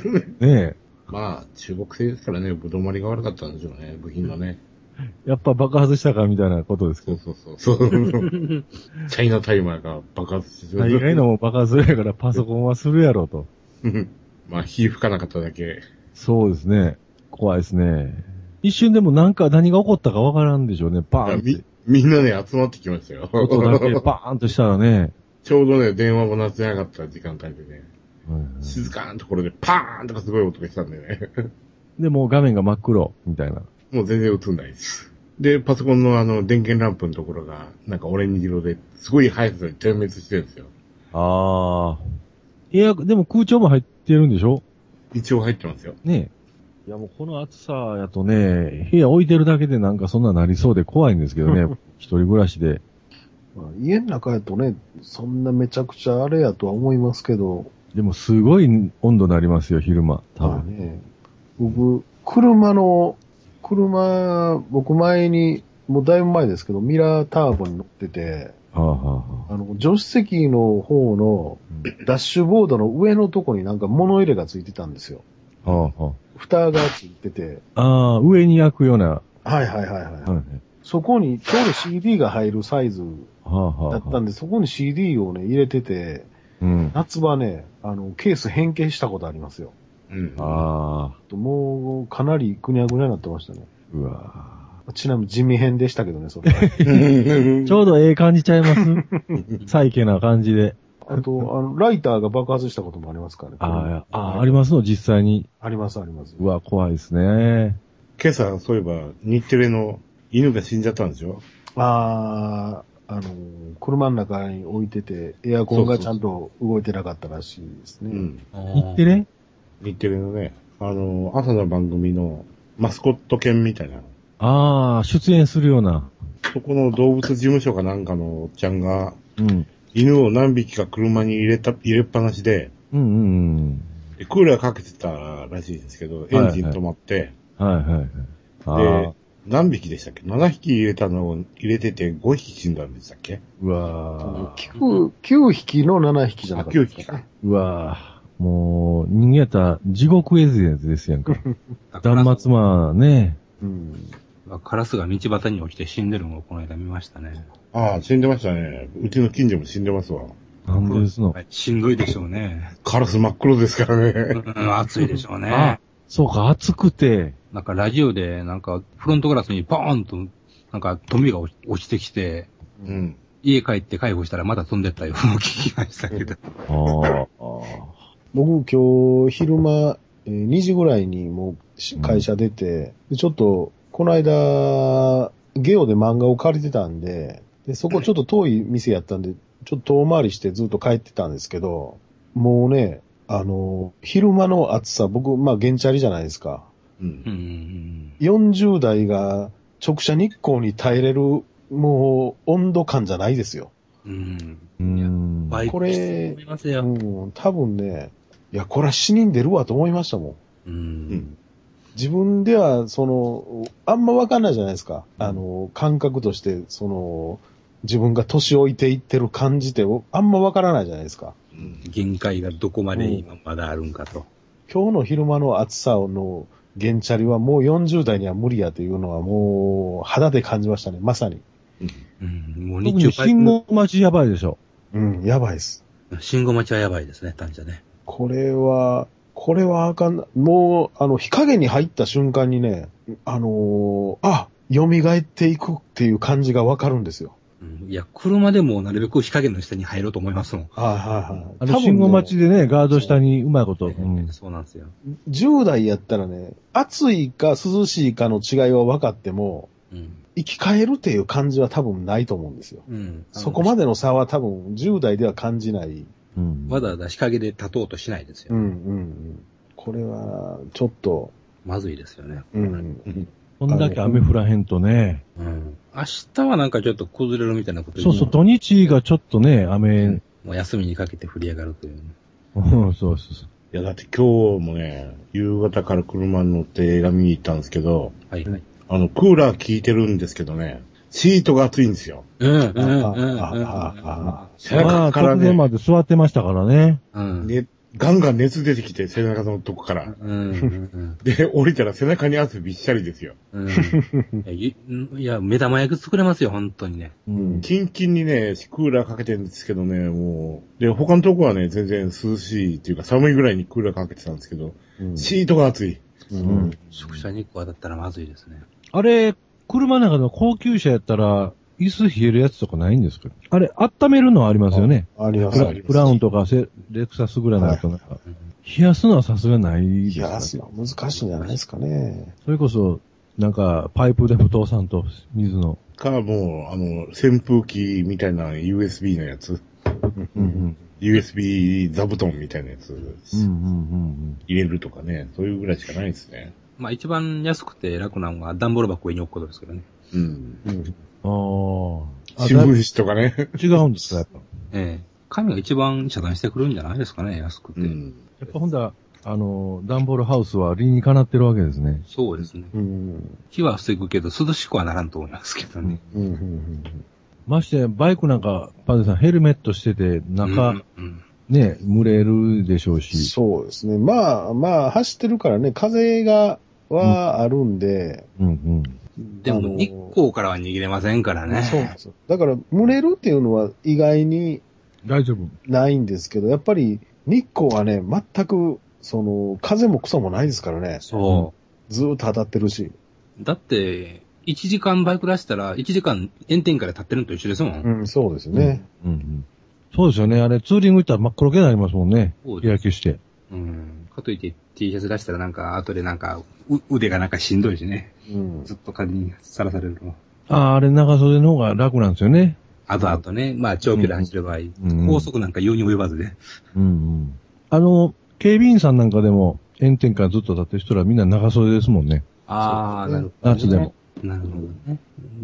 Speaker 2: て
Speaker 4: ね
Speaker 2: まあ、中国製ですからね、ぶどまりが悪かったんでしょうね、部品のね。
Speaker 4: え、やっぱ爆発したかみたいなことですけ
Speaker 2: そう
Speaker 4: ど。
Speaker 2: そうそう。 そうチャイナタイマーが爆発 してしま
Speaker 4: 大概のも爆発するやからパソコンはするやろうと。
Speaker 2: うん まあ、火吹かなかっただけ。
Speaker 4: そうですね。怖いですね。一瞬でもなんか何が起こったかわからんでしょうね。バーンっ
Speaker 2: み
Speaker 4: て。、
Speaker 2: みんなね、集まってきましたよ。
Speaker 4: 音だ けバーンとしたらね。
Speaker 2: ちょうどね、電話も鳴ってなかった時間帯でね、
Speaker 4: はいはい
Speaker 2: 静かなところでパーンとかすごい音がしたんでね。
Speaker 4: で、もう画面が真っ黒、みたいな。
Speaker 2: もう全然映んないです。で、パソコンのあの、電源ランプのところが、なんかオレンジ色で、すごい速さで点滅してるんですよ。
Speaker 4: ああ。いや、でも空調も入ってるんでしょ
Speaker 2: 一応入ってますよ。
Speaker 4: ねえ。いやもうこの暑さやとね、部屋置いてるだけでなんかそんななりそうで怖いんですけど ね。一人暮らしで。
Speaker 5: まあ家の中やとね、そんなめちゃくちゃあれやとは思いますけど、
Speaker 4: でもすごい温度になりますよ、昼間。多
Speaker 5: まあ
Speaker 4: 分。
Speaker 5: ね、僕、車の、車、僕前に、もうだいぶ前ですけど、ミラーターボに乗ってて、
Speaker 4: はあ、はあはあ、
Speaker 5: あの、助手席の方のダッシュボードの上のとこになんか物入れがついてたんですよ。
Speaker 4: はあ、は
Speaker 5: 蓋がついてて。
Speaker 4: あ。ああ、上に焼くような。は
Speaker 5: はいはいはいはい。
Speaker 4: いはい
Speaker 5: そこにちょうど CD が入るサイズ
Speaker 4: はあ、はあ。
Speaker 5: だったんで、そこに CD をね、入れてて、
Speaker 4: うん。
Speaker 5: 夏場ね、あの、ケース変形したことありますよ。
Speaker 2: うん。
Speaker 4: ああ、
Speaker 5: もう、かなりぐにゃぐにゃになってましたね。
Speaker 4: うわ
Speaker 5: ちなみに地味編でしたけどね、 それは。
Speaker 4: ちょうどええ感じちゃいます サイケな感じで。
Speaker 5: あと、あの、ライターが爆発したこともありますからね。
Speaker 4: ああ、あありますの、実際に。
Speaker 5: あります、あります。
Speaker 4: うわ、怖いですね。
Speaker 2: 今朝、そういえば、日テレの犬が死んじゃったんでしょ
Speaker 5: ああ、あの、車の中に置いてて、エアコンがちゃんと動いてなかったらしいです
Speaker 2: う
Speaker 5: ね。
Speaker 2: ん。
Speaker 4: 行ってね。
Speaker 2: 日テレのね、あの、朝の番組のマスコット犬みたいな。
Speaker 4: ああ、出演するような。
Speaker 2: そこの動物事務所かなんかのおっちゃんが、
Speaker 4: うん。
Speaker 2: 犬を何匹か車に入れた、入れっぱなしで、
Speaker 4: うんうん
Speaker 2: でクーラーかけてたらしいんですけど、エンジン止まって、
Speaker 4: うん。はいはいはい。ああ
Speaker 2: で、、何匹でしたっけ ?7 匹入れたのを入れてて5匹死んだんでしたっけ
Speaker 4: うわー
Speaker 5: 9、9匹の7匹じゃ
Speaker 2: あ、
Speaker 5: なかった
Speaker 2: 9
Speaker 5: です
Speaker 2: 匹か。
Speaker 4: うわーもう、人間やったら地獄絵図ですやんか。断末魔ね。
Speaker 5: うん。
Speaker 7: カラスが道端に起きて死んでるのをこの間見ましたね。
Speaker 2: ああ、死んでましたね。うちの近所も死んでますわ。
Speaker 4: なんですの
Speaker 7: は。いしんどいでしょうね。
Speaker 2: カラス真っ黒ですから
Speaker 7: う
Speaker 2: ね。
Speaker 7: ん、暑いでしょう
Speaker 4: あ
Speaker 7: ね。
Speaker 4: そうか、暑くて。
Speaker 7: なんかラジオで、なんかフロントガラスにバーンと、なんか、トミが落ち落ちてきて、
Speaker 2: うん。
Speaker 7: 家帰って介護したらまた飛んでったよ、もう聞きましたけど。
Speaker 4: あーあ
Speaker 5: 僕今日昼間、えー2時ぐらいにもうし
Speaker 4: うん
Speaker 5: 会社出て、でちょっと、この間、ゲオで漫画を借りてたんで、で、そこちょっと遠い店やったんで、ちょっと遠回りしてずっと帰ってたんですけど、もうね、あの、昼間の暑さ、僕、まあ、ゲンチャリじゃないですか。
Speaker 2: う
Speaker 7: うん
Speaker 2: ん。
Speaker 7: うんうん。
Speaker 5: 40代が直射日光に耐えれる、もう、温度感じゃないですよ。
Speaker 7: うん。
Speaker 4: ー。うーん。
Speaker 7: バイク
Speaker 5: これ
Speaker 7: 思いますよ。
Speaker 5: うん、多分ね、いや、これは死人出るわと思いましたもん。
Speaker 7: う。
Speaker 2: うんん。
Speaker 5: 自分では、その、あんまわかんないじゃないですか。あの、感覚として、その、自分が年老いていってる感じって、あんまわからないじゃないですか。
Speaker 2: うん
Speaker 7: 限界がどこまで今まだあるんかと。
Speaker 5: 今日の昼間の暑さのゲンチャリはもう40代には無理やというのはもう肌で感じましたね、まさに。
Speaker 7: うん。もう
Speaker 4: 特
Speaker 7: 日
Speaker 4: に
Speaker 7: 中バイ
Speaker 4: 信
Speaker 7: ク
Speaker 4: 号待ちやばいでしょ。
Speaker 5: うん、やばいです。
Speaker 7: 信号待ちはやばいですね、単車ね。
Speaker 5: これは、これはあかんな。もう、あの、日陰に入った瞬間にね、あのーあ、蘇っていくっていう感じがわかるんですよ。
Speaker 7: うんいや、車でもなるべく日陰の下に入ろうと思いますもん。
Speaker 5: はいはいはい。
Speaker 4: あの信号待ち
Speaker 5: で。
Speaker 4: でね、ガード下にうまいこと。うん
Speaker 7: そうなんですよ。
Speaker 5: 10代やったらね、暑いか涼しいかの違いは分かっても、
Speaker 7: うん。
Speaker 5: 生き返るっていう感じは多分ないと思うんですよ。
Speaker 7: うん。
Speaker 5: そこまでの差は多分10代では感じない。
Speaker 4: うん。
Speaker 7: わざわざ日陰で立とうとしないです
Speaker 5: う
Speaker 7: よ。
Speaker 5: んうんうん。これは、ちょっと、
Speaker 7: まずいですよね。
Speaker 5: うん。
Speaker 4: こんだけ雨降らへんとね。
Speaker 7: うん。明日はなんかちょっと崩れるみたいなこと言
Speaker 4: そうそう、土日がちょっとね、雨、
Speaker 7: もう休みにかけて振り上がるというね。
Speaker 4: うん、そうそうそう。
Speaker 2: いや、だって今日もね、夕方から車に乗って映画見に行ったんですけど、
Speaker 7: はいはい。
Speaker 2: あの、クーラー効いてるんですけどね、シートが熱いんですよ。
Speaker 7: うん、うん、うん、
Speaker 5: あ
Speaker 7: うん
Speaker 5: ああ
Speaker 2: 背
Speaker 4: まあ、
Speaker 2: 中か
Speaker 4: 直
Speaker 2: ら
Speaker 4: 前ま
Speaker 2: ね、
Speaker 4: で座ってましたからね。
Speaker 7: うん。
Speaker 2: ね、ガンガン熱出てきて、背中のとこから。
Speaker 7: うんうん
Speaker 2: で、降りたら背中に汗びっしゃりですよ。
Speaker 7: うんうんいやいや、目玉焼き作れますよ、本当にね。
Speaker 4: うん。
Speaker 2: キンキンにね、クーラーかけてるんですけどね、もう。で、他のとこはね、全然涼しいっていうか寒いぐらいにクーラーかけてたんですけど、
Speaker 5: うん
Speaker 2: シートが熱い。
Speaker 5: うん
Speaker 7: 宿舎日光当たったらまずいですね。
Speaker 4: あれ、車の中の高級車やったら、椅子冷えるやつとかないんですかあれ、温めるのはありますよね。
Speaker 5: ありま
Speaker 4: ク
Speaker 5: す
Speaker 4: ラ
Speaker 5: あります
Speaker 4: クラウンとかセレクサスぐらいだとなんか、
Speaker 7: うん
Speaker 4: 冷やすのはさすがないです
Speaker 5: 冷
Speaker 4: よ
Speaker 5: やすのは難しいんじゃないですかね。
Speaker 4: それこそ、なんか、パイプでも父さんと水の。
Speaker 2: か、もう、あの、扇風機みたいな USB のやつ。
Speaker 4: うん。
Speaker 2: USB 座布団みたいなやつ
Speaker 4: うんうんうん
Speaker 2: 入れるとかね、そういうぐらいしかないですね。
Speaker 7: まあ一番安くて楽なのは段ボール箱上に置くことですけどね。
Speaker 2: うん。
Speaker 5: うん。
Speaker 4: うん。ああ。
Speaker 2: 新
Speaker 4: だいぶ
Speaker 2: 聞紙とかね。
Speaker 4: 違うんですか、やっぱ。
Speaker 7: ええ。神が一番遮断してくるんじゃないですかね、安くて。
Speaker 2: うん。
Speaker 4: やっぱほんだら、あの、ダンボールハウスは理にかなってるわけですね。
Speaker 7: そうですね。
Speaker 5: うん。
Speaker 7: 火は防ぐけど、涼しくはならんと思いますけどね。
Speaker 5: うんうんうん。
Speaker 4: まして、バイクなんか、パンデさん、ヘルメットしてて、中、
Speaker 7: うんうん
Speaker 4: ね、蒸れるでしょうし。
Speaker 5: そうですね。まあまあ、走ってるからね、風が、はあるんで、
Speaker 4: うんうん。
Speaker 7: で
Speaker 5: あの
Speaker 7: も日光からは逃げれませんからね。
Speaker 5: そうそう。だから、蒸れるっていうのは意外に
Speaker 4: 大丈夫。
Speaker 5: ないんですけど、やっぱり日光はね、全く、その、風も草もないですからね。
Speaker 7: そ
Speaker 5: ずーっと当たってるし。
Speaker 7: う。だって、1時間バイク出したら、1時間炎天下で立ってるのと一緒ですもん。
Speaker 5: うん、そうですね。
Speaker 4: うんうん。そうですよね。あれ、ツーリング行ったら真っ黒けになりますもんね。
Speaker 7: そう
Speaker 4: 日
Speaker 7: です
Speaker 4: 焼けして。
Speaker 7: うん。かといって T シャツ出したらなんか、後でなんか、う腕がなんかしんどいしね。
Speaker 5: うん。
Speaker 7: ずっと風にさらされるの。
Speaker 4: ああ、あれ、長袖の方が楽なんですよね。
Speaker 7: あとあとね、まあ長距離走る場合、
Speaker 4: うん
Speaker 7: 高速なんか言うに及ばずで。
Speaker 4: うんうん。あの、警備員さんなんかでも、炎天下ずっと立ってる人らみんな長袖ですもんね。
Speaker 7: ああ、なるほど、ね。
Speaker 4: 夏でも。。
Speaker 7: なるほどね。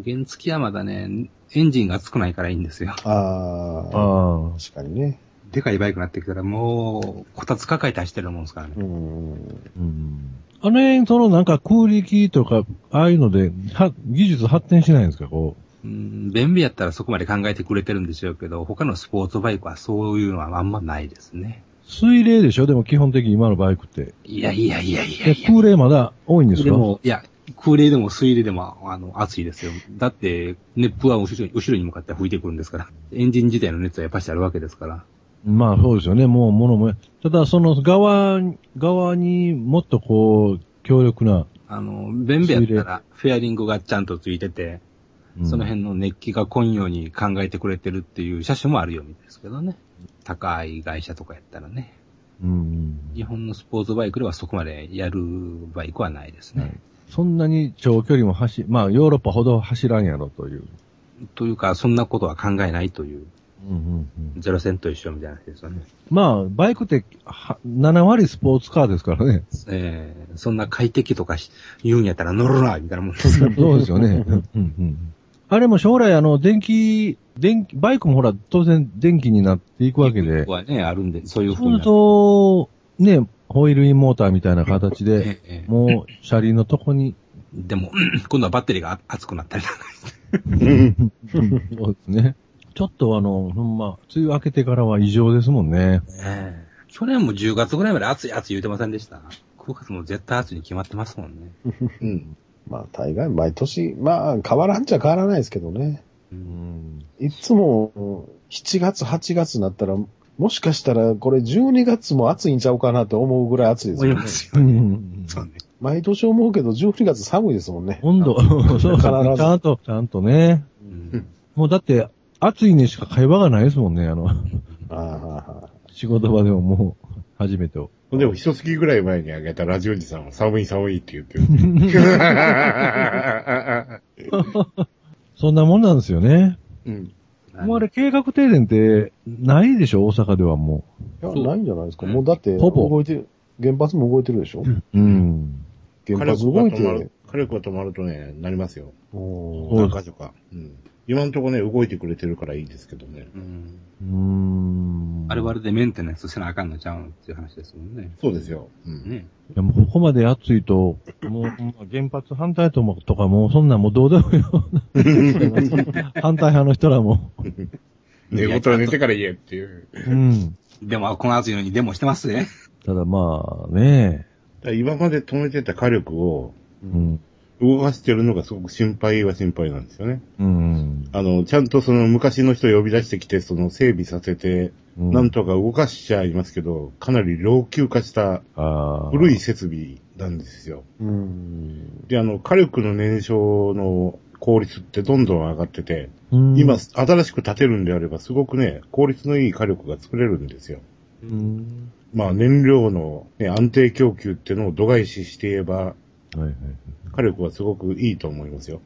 Speaker 7: 原付きはまだね、エンジンが熱くないからいいんですよ。
Speaker 5: ああ、
Speaker 4: ああ。
Speaker 5: 確かにね。
Speaker 7: でかいバイクになってきたらもう、こたつ抱えて走ってるもんですからね。
Speaker 5: うん。
Speaker 4: うん。あの辺、そのなんか空力とか、ああいうので、は、技術発展しないんですか、こ
Speaker 7: うん、便利やったらそこまで考えてくれてるんでしょうけど、他のスポーツバイクはそういうのはあんまないですね。
Speaker 4: う。水冷でしょでも基本的に今のバイクって。
Speaker 7: いやいやいやいや
Speaker 4: え、
Speaker 7: いや。
Speaker 4: 空冷まだ多いんですか
Speaker 7: でも、いや、空冷でも水冷でも、あの、暑いですよ。だって、熱風は後ろに後ろに向かって吹いてくるんですから。エンジン自体の熱はやっぱしあるわけですから。
Speaker 4: まあそうですよね。もう物も。ただその側に、側にもっとこう、強力な。
Speaker 7: あの、便利やったら、フェアリングがちゃんとついてて、
Speaker 4: うん
Speaker 7: その辺の熱気が今ように考えてくれてるっていう車種もあるよみたいですけどね。高い会社とかやったらね。
Speaker 4: うん。
Speaker 7: 日本のスポーツバイクではそこまでやるバイクはないですね。
Speaker 4: はいそんなに長距離も走、まあ、ヨーロッパほど走らんやろという。
Speaker 7: というか、そんなことは考えないという、
Speaker 4: うんうんうん。
Speaker 7: ゼロ戦と一緒みたいな話ですよね。
Speaker 4: まあ、バイクっては7割スポーツカーですから ね。
Speaker 7: えーそんな快適とかし言うんやったら乗るな、みたいなもんですから。
Speaker 4: そうですよね。うんうんあれも将来、あの、電気、電気、バイクもほら、当然電気になっていくわけで
Speaker 7: ここ、はね、あるんで、そういうふう
Speaker 4: そうす
Speaker 7: に
Speaker 4: る。と、ね、ホイールインモーターみたいな形で、
Speaker 7: ええええ
Speaker 4: もう、車輪のとこに、
Speaker 7: でも、今度はバッテリーが熱くなったりなんか
Speaker 4: そうですね。ちょっとあの、ほんま、梅雨明けてからは異常ですもんね。
Speaker 7: ね去年も10月ぐらいまで暑い暑い言うてませんでした。9月も絶対暑いに決まってますもんね。
Speaker 2: うん。
Speaker 5: まあ、大概、毎年、まあ、変わらんちゃ変わらないですけどね。
Speaker 4: うん。
Speaker 5: いつも、7月、8月になったら、もしかしたら、これ12月も暑いんちゃうかなと思うぐらい暑いです
Speaker 7: 思い
Speaker 5: よ
Speaker 7: ま
Speaker 5: ね。
Speaker 7: す
Speaker 4: う
Speaker 7: よね。
Speaker 4: ん
Speaker 7: そうね。
Speaker 5: 毎年思うけど、12月寒いですもんね。
Speaker 4: 温度、そう
Speaker 5: 必ず
Speaker 4: ちゃんと、ちゃんとね。
Speaker 7: うん
Speaker 4: もうだって、暑いにしか会話がないですもんね、あの、
Speaker 5: ああああ
Speaker 4: 仕事場でももう、初めてを。
Speaker 2: ほんでも、一月ぐらい前にあげたラジオジさんは寒い寒いって言って る。
Speaker 4: そんなもんなんですよね。
Speaker 2: うん。
Speaker 4: もうあれ、計画停電って、ないでしょ大阪ではも
Speaker 5: いや、ないんじゃないですか。もうだって、
Speaker 4: ほぼ
Speaker 5: 動いてる。原発も動いてるでしょ
Speaker 4: う。うん。
Speaker 5: 原
Speaker 2: 火力
Speaker 5: 発
Speaker 2: が
Speaker 5: 動い
Speaker 2: 止ま
Speaker 5: て
Speaker 2: る。、火力が止まるとね、なりますよ。
Speaker 5: おー
Speaker 4: そう
Speaker 2: 何箇所か。うん。今のところね、動いてくれてるからいいですけどね。
Speaker 7: うん
Speaker 4: うーん。
Speaker 7: あれはあれでメンテナンスせなあかんのちゃうんっていう話ですもんね。
Speaker 2: そうですよ。うん。
Speaker 7: ね。
Speaker 4: いやもうここまで暑いと、もう原発反対ともとかもうそんなんもうどうでもよ。 反対派の人らも。
Speaker 2: 寝言は寝てから言えっていう。
Speaker 4: うん。
Speaker 7: でも、この暑いのにデモしてますね。
Speaker 4: ただまあね、
Speaker 2: だから今まで止めてた火力を
Speaker 4: うん。
Speaker 2: 動かしてるのがすごく心配は心配なんですよね。
Speaker 4: うん。
Speaker 2: あの、ちゃんとその昔の人呼び出してきて、その整備させて、
Speaker 4: うん
Speaker 2: なんとか動かしちゃいますけど、かなり老朽化した
Speaker 4: あー
Speaker 2: 古い。設備なんですよ。
Speaker 5: うん。
Speaker 2: で、あの、火力の燃焼の効率ってどんどん上がってて、
Speaker 4: うん
Speaker 2: 今、、新しく建てるんであれば、すごくね、効率のいい火力が作れるんですよ。
Speaker 4: うん。
Speaker 2: まあ、燃料の、ね、安定供給ってのを度外視して言えば、
Speaker 4: はいはい。
Speaker 2: 火力はすごくいいと思いますよ。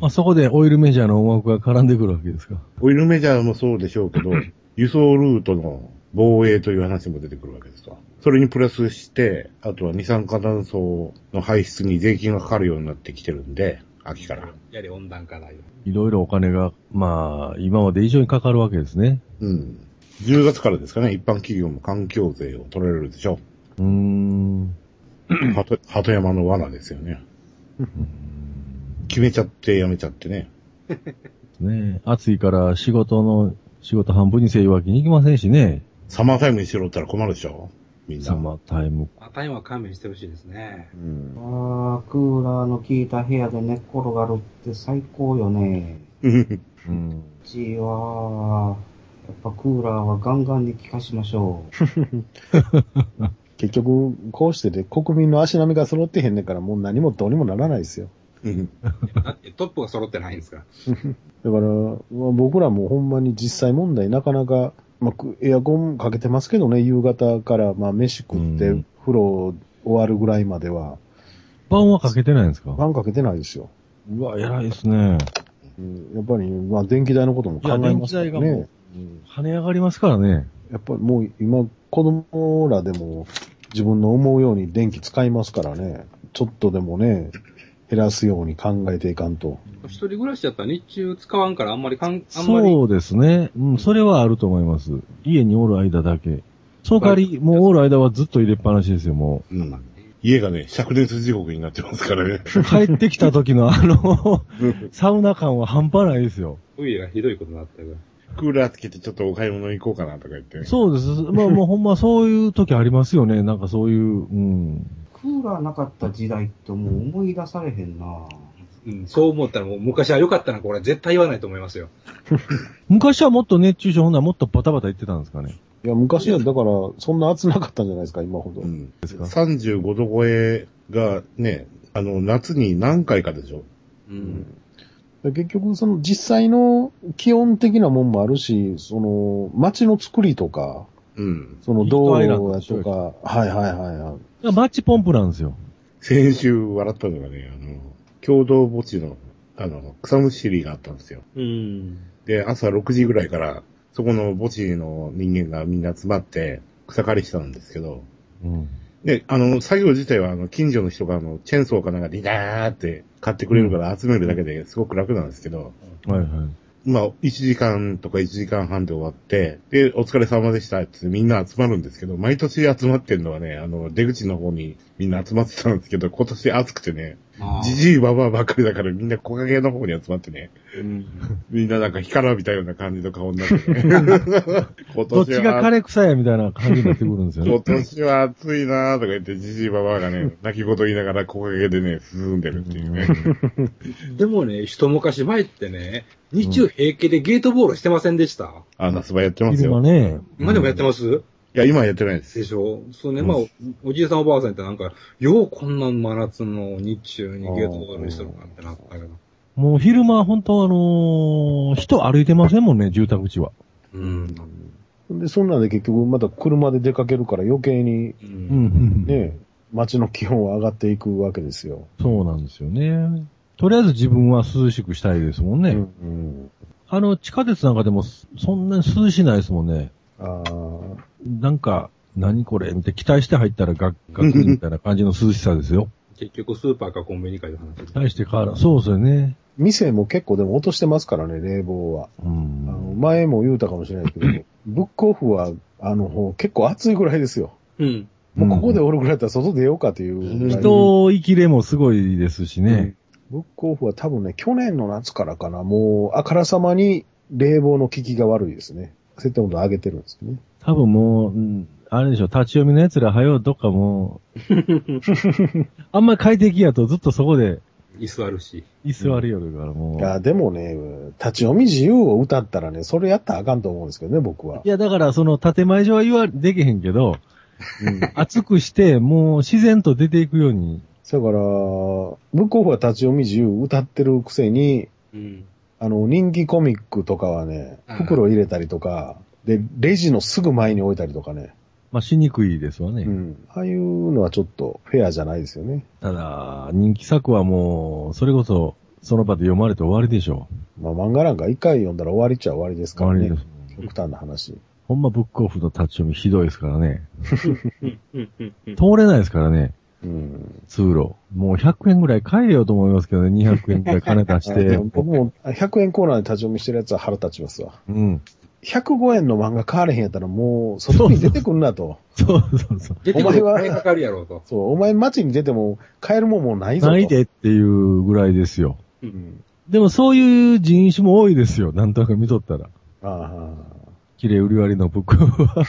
Speaker 4: まあそこでオイルメジャーの思惑が絡んでくるわけですか。
Speaker 2: オイルメジャーもそうでしょう けど、輸送ルートの防衛という話も出てくるわけですわ。それにプラスして、あとは二酸化炭素の排出に税金がかかるようになってきてるんで、秋から。
Speaker 7: やはり温暖化だよ。
Speaker 4: いろいろお金が、まあ、今まで以上にかかるわけですね。
Speaker 2: うん。10月からですかね、一般企業も環境税を取られるでしょ
Speaker 4: うーん。
Speaker 2: う。鳩鳩山の罠ですよね。決めちゃってやめちゃってね。
Speaker 4: ね暑いから仕事の、仕事半分に制約に行きませんしね。サ
Speaker 2: サマータイムにしろったら困るでしょみんな。
Speaker 4: マータイム
Speaker 7: まあ、タイムは勘弁してほしいですね。
Speaker 5: うん
Speaker 1: ああ、クーラーの効いた部屋で寝っ転がるって最高よね。
Speaker 4: うん。
Speaker 1: うちは、やっぱクーラーはガンガンに効かしましょう。
Speaker 5: 結局、こうしてで国民の足並みが揃ってへんねんから、もう何もどうにもならないですよ。
Speaker 2: うん
Speaker 7: だってトップが揃ってないんですから。
Speaker 5: だから、まあ僕らもほんまに実際問題、なかなか、まあ、くエアコンかけてますけどね、夕方から、まあ、飯食っ
Speaker 4: う
Speaker 5: て
Speaker 4: ん、
Speaker 5: 風呂終わるぐらいまでは、
Speaker 4: 晩はかけてないんですか
Speaker 5: ファンかけてないですよ。
Speaker 4: うわ、偉いですね。
Speaker 5: うんやっぱり、まあ、電気代のことも考えますから
Speaker 4: いや電気代がも
Speaker 5: ね
Speaker 4: う。跳ね上がりますからね。
Speaker 5: やっぱりもう今、子供らでも自分の思うように電気使いますからね、ちょっとでもね、減らすように考えていかんと。
Speaker 7: 一人暮らしだったら日中使わんからあんまりかん、あんまり。
Speaker 4: そうですね。うん、それはあると思います。家におる間だけ。その代わり、もうおる間はずっと入れっぱなしですよ、も
Speaker 2: うん家がね、灼熱地獄になってますからね。
Speaker 4: う。帰ってきた時のあの、 サウナ感は半端ないですよ。
Speaker 7: トイレがひどいことになったから。
Speaker 2: クーラーつけてちょっとお買い物行こうかなとか言って。
Speaker 4: そうです。まあもうほんまそういう時ありますよね。なんかそういう、うん。
Speaker 1: クーラーなかった時代ってもう思い出されへんな。
Speaker 7: うん、そう思ったらもう昔は良かったな、これ絶対言わないと思いますよ。
Speaker 4: 昔はもっと熱中症、ほんならもっとバタバタ言ってたんですかね。
Speaker 5: いや、昔はだから、そんな暑なかったんじゃないですか、今ほど
Speaker 2: う。ん。35度超えがね、あの、夏に何回かでしょ
Speaker 7: うん。
Speaker 5: で結局、その実際の気温的なもんもあるし、その街の作りとか、
Speaker 2: うん。
Speaker 5: その道
Speaker 4: ヒートアイランド
Speaker 5: 路
Speaker 4: と
Speaker 5: や
Speaker 4: 一緒
Speaker 5: と
Speaker 4: や
Speaker 5: か、はいはいはいはい。
Speaker 4: マッチポンプなんですよ。
Speaker 2: 先週笑ったのがね、あの、共同墓地の、あの、草むしりがあったんですよ。
Speaker 7: うん。
Speaker 2: で、朝6時ぐらいから、そこの墓地の人間がみんな集まって、草刈りしたんですけど、
Speaker 4: うん。
Speaker 2: で、あの、作業自体は、あの、近所の人が、あの、チェーンソーかなんかで、ダーって買ってくれるから集めるだけですごく楽なんですけど、
Speaker 4: はいはい。
Speaker 2: まあ、1時間とか1時間半で終わって、で、お疲れ様でしたってみんな集まるんですけど、毎年集まってんのはね、あの、出口の方にみんな集まってたんですけど、今年暑くてね、
Speaker 7: ああ
Speaker 2: じじいばばばっかりだからみんな木陰の方に集まってね、
Speaker 7: うん
Speaker 2: みんななんか干からびたような感じの顔になって ね。今
Speaker 4: どっ
Speaker 2: 年
Speaker 4: ちが
Speaker 2: は、
Speaker 4: 枯れ草やみたいな感じになってくるん ですよ
Speaker 2: 今
Speaker 4: ね。
Speaker 2: 年は暑いなーとか言って、じじいばばがね、泣き言言いながら木陰でね、涼んでるっていうね。
Speaker 7: でもね、一昔前ってね、日中平気でゲートボールしてませんでした。
Speaker 2: あ、夏場やってます
Speaker 4: 昼間
Speaker 2: よ。
Speaker 4: ね。
Speaker 7: 今でもやってます、
Speaker 2: いや、今はやってないです
Speaker 7: で。しょそうね、まあ、おおじいさんおばあさんってなんか、ようこんな真夏の日中にゲートボールにしてるかってなったけど。
Speaker 4: もう昼間、本当あのー人歩いてませんもんね、住宅地は。
Speaker 7: うん。
Speaker 5: で、そんなんで結局また車で出かけるから余計に
Speaker 7: う。
Speaker 4: うんん。
Speaker 5: ね、街の気温は上がっていくわけですよ。
Speaker 4: そうなんですよね。とりあえず自分は涼しくしたいですもんね。
Speaker 5: うん、
Speaker 4: あの、地下鉄なんかでもそそんなに涼しないですもんね。
Speaker 5: ああ、
Speaker 4: なんか、何これみたいな期待して入ったらガッガクみたいな感じの涼しさですよ。
Speaker 7: 結局スーパーかコンビニかいう話。
Speaker 4: 大して変わらん。そうですよね。
Speaker 5: 店も結構でも落としてますからね、冷房は。
Speaker 4: う
Speaker 5: あの
Speaker 4: ん。
Speaker 5: 前も言うたかもしれないけど、ブックオフは、あの、結構暑いぐらいですよ。
Speaker 7: うん。
Speaker 5: もうここでおるぐらいだったら外出ようかというぐらい。
Speaker 4: 人生きれもすごいですしね。
Speaker 5: ブックオフは多分ね、去年の夏からかな、もう、あからさまに冷房の効きが悪いですね。設定温度上げてるんですよね。
Speaker 4: 多分もう、うんあれでしょ、立ち読みの奴らはよ、どっかもう、あんまり快適やとずっとそこで
Speaker 7: 椅子あるし。
Speaker 4: 居座りよるからも。
Speaker 5: いうや、でもね、立ち読み自由を歌ったらね、それやったらあかんと思うんですけどね、僕は。
Speaker 4: いや、だからその建前上は言わ、できへんけど、熱くして、もう自然と出ていくように。
Speaker 5: だから、ブックオフは立ち読み自由歌ってるくせに、
Speaker 7: うん。
Speaker 5: あの、人気コミックとかはね、
Speaker 7: ああ
Speaker 5: 袋入れたりとか、で、レジのすぐ前に置いたりとかね。
Speaker 4: まあ、しにくいですわね。
Speaker 5: うん。ああいうのはちょっとフェアじゃないですよね。
Speaker 4: ただ、人気作はもう、それこそ、その場で読まれて終わりでしょ
Speaker 5: まあ漫画なんか一回読んだら終わりっちゃ終わりです
Speaker 4: う。終
Speaker 5: か
Speaker 4: わ
Speaker 5: ら
Speaker 4: りで
Speaker 5: ね
Speaker 4: す。。
Speaker 5: 極端な話。
Speaker 4: ほんまブックオフの立ち読みひどいですからね。
Speaker 7: うん。うん。うん。うん
Speaker 4: 通れないですからね、
Speaker 5: うん。
Speaker 4: 通路。もう100円ぐらい買えようと思いますけどね、200円ぐらい金 出し
Speaker 5: あで
Speaker 4: て。
Speaker 5: も僕も100円コーナーで立ち読みしてるやつは腹立ちますわ。
Speaker 4: うん。
Speaker 5: 105円の漫画買われへんやったらもう外に出てくんな と。
Speaker 4: そうそうそう。
Speaker 7: 出てくる金かかるやろうと。
Speaker 5: そう、お前街に出ても買えるもんもうないぞと。
Speaker 4: ないでっていうぐらいですよ。
Speaker 5: うん。
Speaker 4: でもそういう人種も多いですよ。なんとなく見とったら。
Speaker 5: あ
Speaker 4: 綺麗売り割りのブックオフは。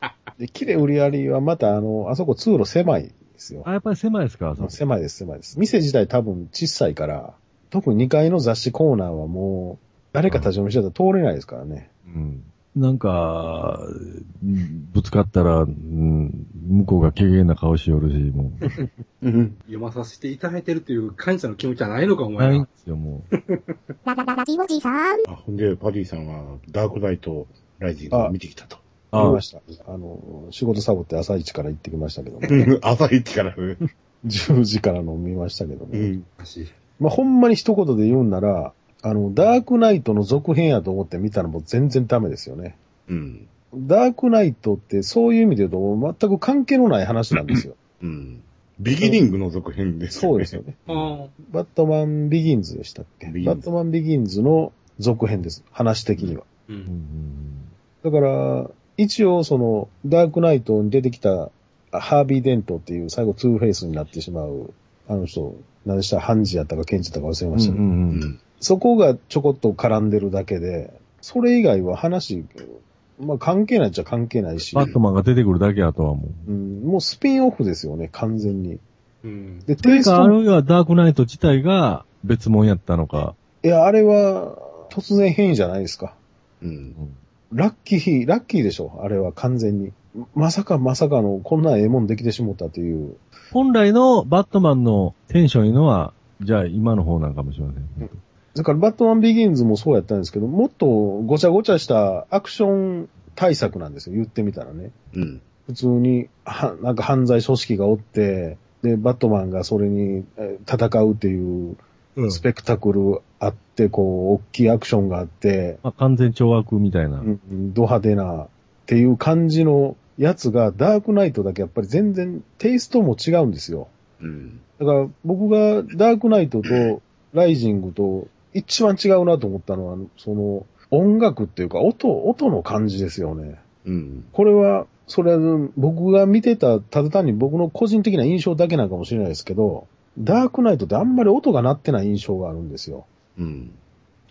Speaker 5: あ。で、綺麗売り割りはまたあの、あそこ通路狭いですよ。
Speaker 4: あ、やっぱり狭いですか、あそこ
Speaker 5: 狭いです、狭いです。店自体多分小さいから、特に2階の雑誌コーナーはもう、誰か立ち読みしてたら通れないですからね。
Speaker 4: うんなんか、うんぶつかったら、うん向こうが軽減な顔しよるし、も
Speaker 2: う
Speaker 4: う。
Speaker 2: ん。
Speaker 7: 読まさせていただいてるという感謝の気持ちはないのか、お前
Speaker 4: ないん
Speaker 7: ら
Speaker 4: で。すよ、も
Speaker 6: ララララジオジさん。
Speaker 2: あ、ほんで、パディさんは、ダークナイトライジングを見てきたと。
Speaker 4: う。
Speaker 5: あり
Speaker 4: あ
Speaker 5: ました。あの、仕事サボって朝一から行ってきましたけども、
Speaker 2: 朝一から。
Speaker 5: 10時からの見ましたけども、
Speaker 2: うん。
Speaker 7: し
Speaker 5: まあ、ほんまに一言で言うんなら、あの、ダークナイトの続編やと思って見たらもう全然ダメですよね。
Speaker 2: うん。
Speaker 5: ダークナイトってそういう意味で言うと全く関係のない話なんですよ。
Speaker 2: うん。ビギニングの続編ですよ
Speaker 5: そ
Speaker 2: ね。
Speaker 5: うですよ ね。
Speaker 7: ああ。
Speaker 5: バットマンビギンズでしたっけ
Speaker 2: ビギンズ
Speaker 5: バットマンビギンズの続編です。話的には。
Speaker 7: う。
Speaker 4: うんうんん
Speaker 5: だから、一応その、ダークナイトに出てきた、あハービー・デントっていう最後ツーフェイスになってしまう、あの人、何でしたハンジやったかケンジやったか忘れ
Speaker 4: う
Speaker 5: ましたけど、
Speaker 2: うんん。
Speaker 5: そこがちょこっと絡んでるだけで、それ以外は話、まあ関係ないっちゃ関係ないし、
Speaker 4: バットマンが出てくるだけやとはもう。
Speaker 5: うん、もうスピンオフですよね、完全に。
Speaker 7: うん。
Speaker 5: で、
Speaker 4: と
Speaker 5: テ
Speaker 4: い
Speaker 5: イ
Speaker 4: う
Speaker 5: スト
Speaker 4: か、あ
Speaker 5: も、
Speaker 4: るいはダークナイト自体が別物やったのか。
Speaker 5: いや、あれは突然変異じゃないですか。
Speaker 2: うん。
Speaker 5: ラッキー、ラッキーでしょ、あれは完全に。まさかまさかの、こんなええもんできてしもったという。
Speaker 4: 本来のバットマンのテンションいうのは、じゃあ今の方なんかもしれません。
Speaker 5: だからバットマンビギンズもそうやったんですけど、もっとごちゃごちゃしたアクション対策なんですよ、言ってみたらね。
Speaker 2: うん。
Speaker 5: 普通に、は、なんか犯罪組織がおって、で、バットマンがそれにえー戦うっていう
Speaker 3: うん
Speaker 5: スペクタクルあって、こう、大きいアクションがあって、
Speaker 4: まあ、完全懲悪みたいな。
Speaker 5: うんド派手なっていう感じのやつが、ダークナイトだけやっぱり全然テイストも違うんですよ。
Speaker 2: うん。
Speaker 5: だから僕がダークナイトとライジングと一番違うなと思ったのは、その音楽っていうか音、音の感じですよね。
Speaker 2: うん。
Speaker 5: これは、それは僕が見てた、ただ単に僕の個人的な印象だけなんかもしれないですけど、ダークナイトってあんまり音が鳴ってない印象があるんですよ。
Speaker 2: うん。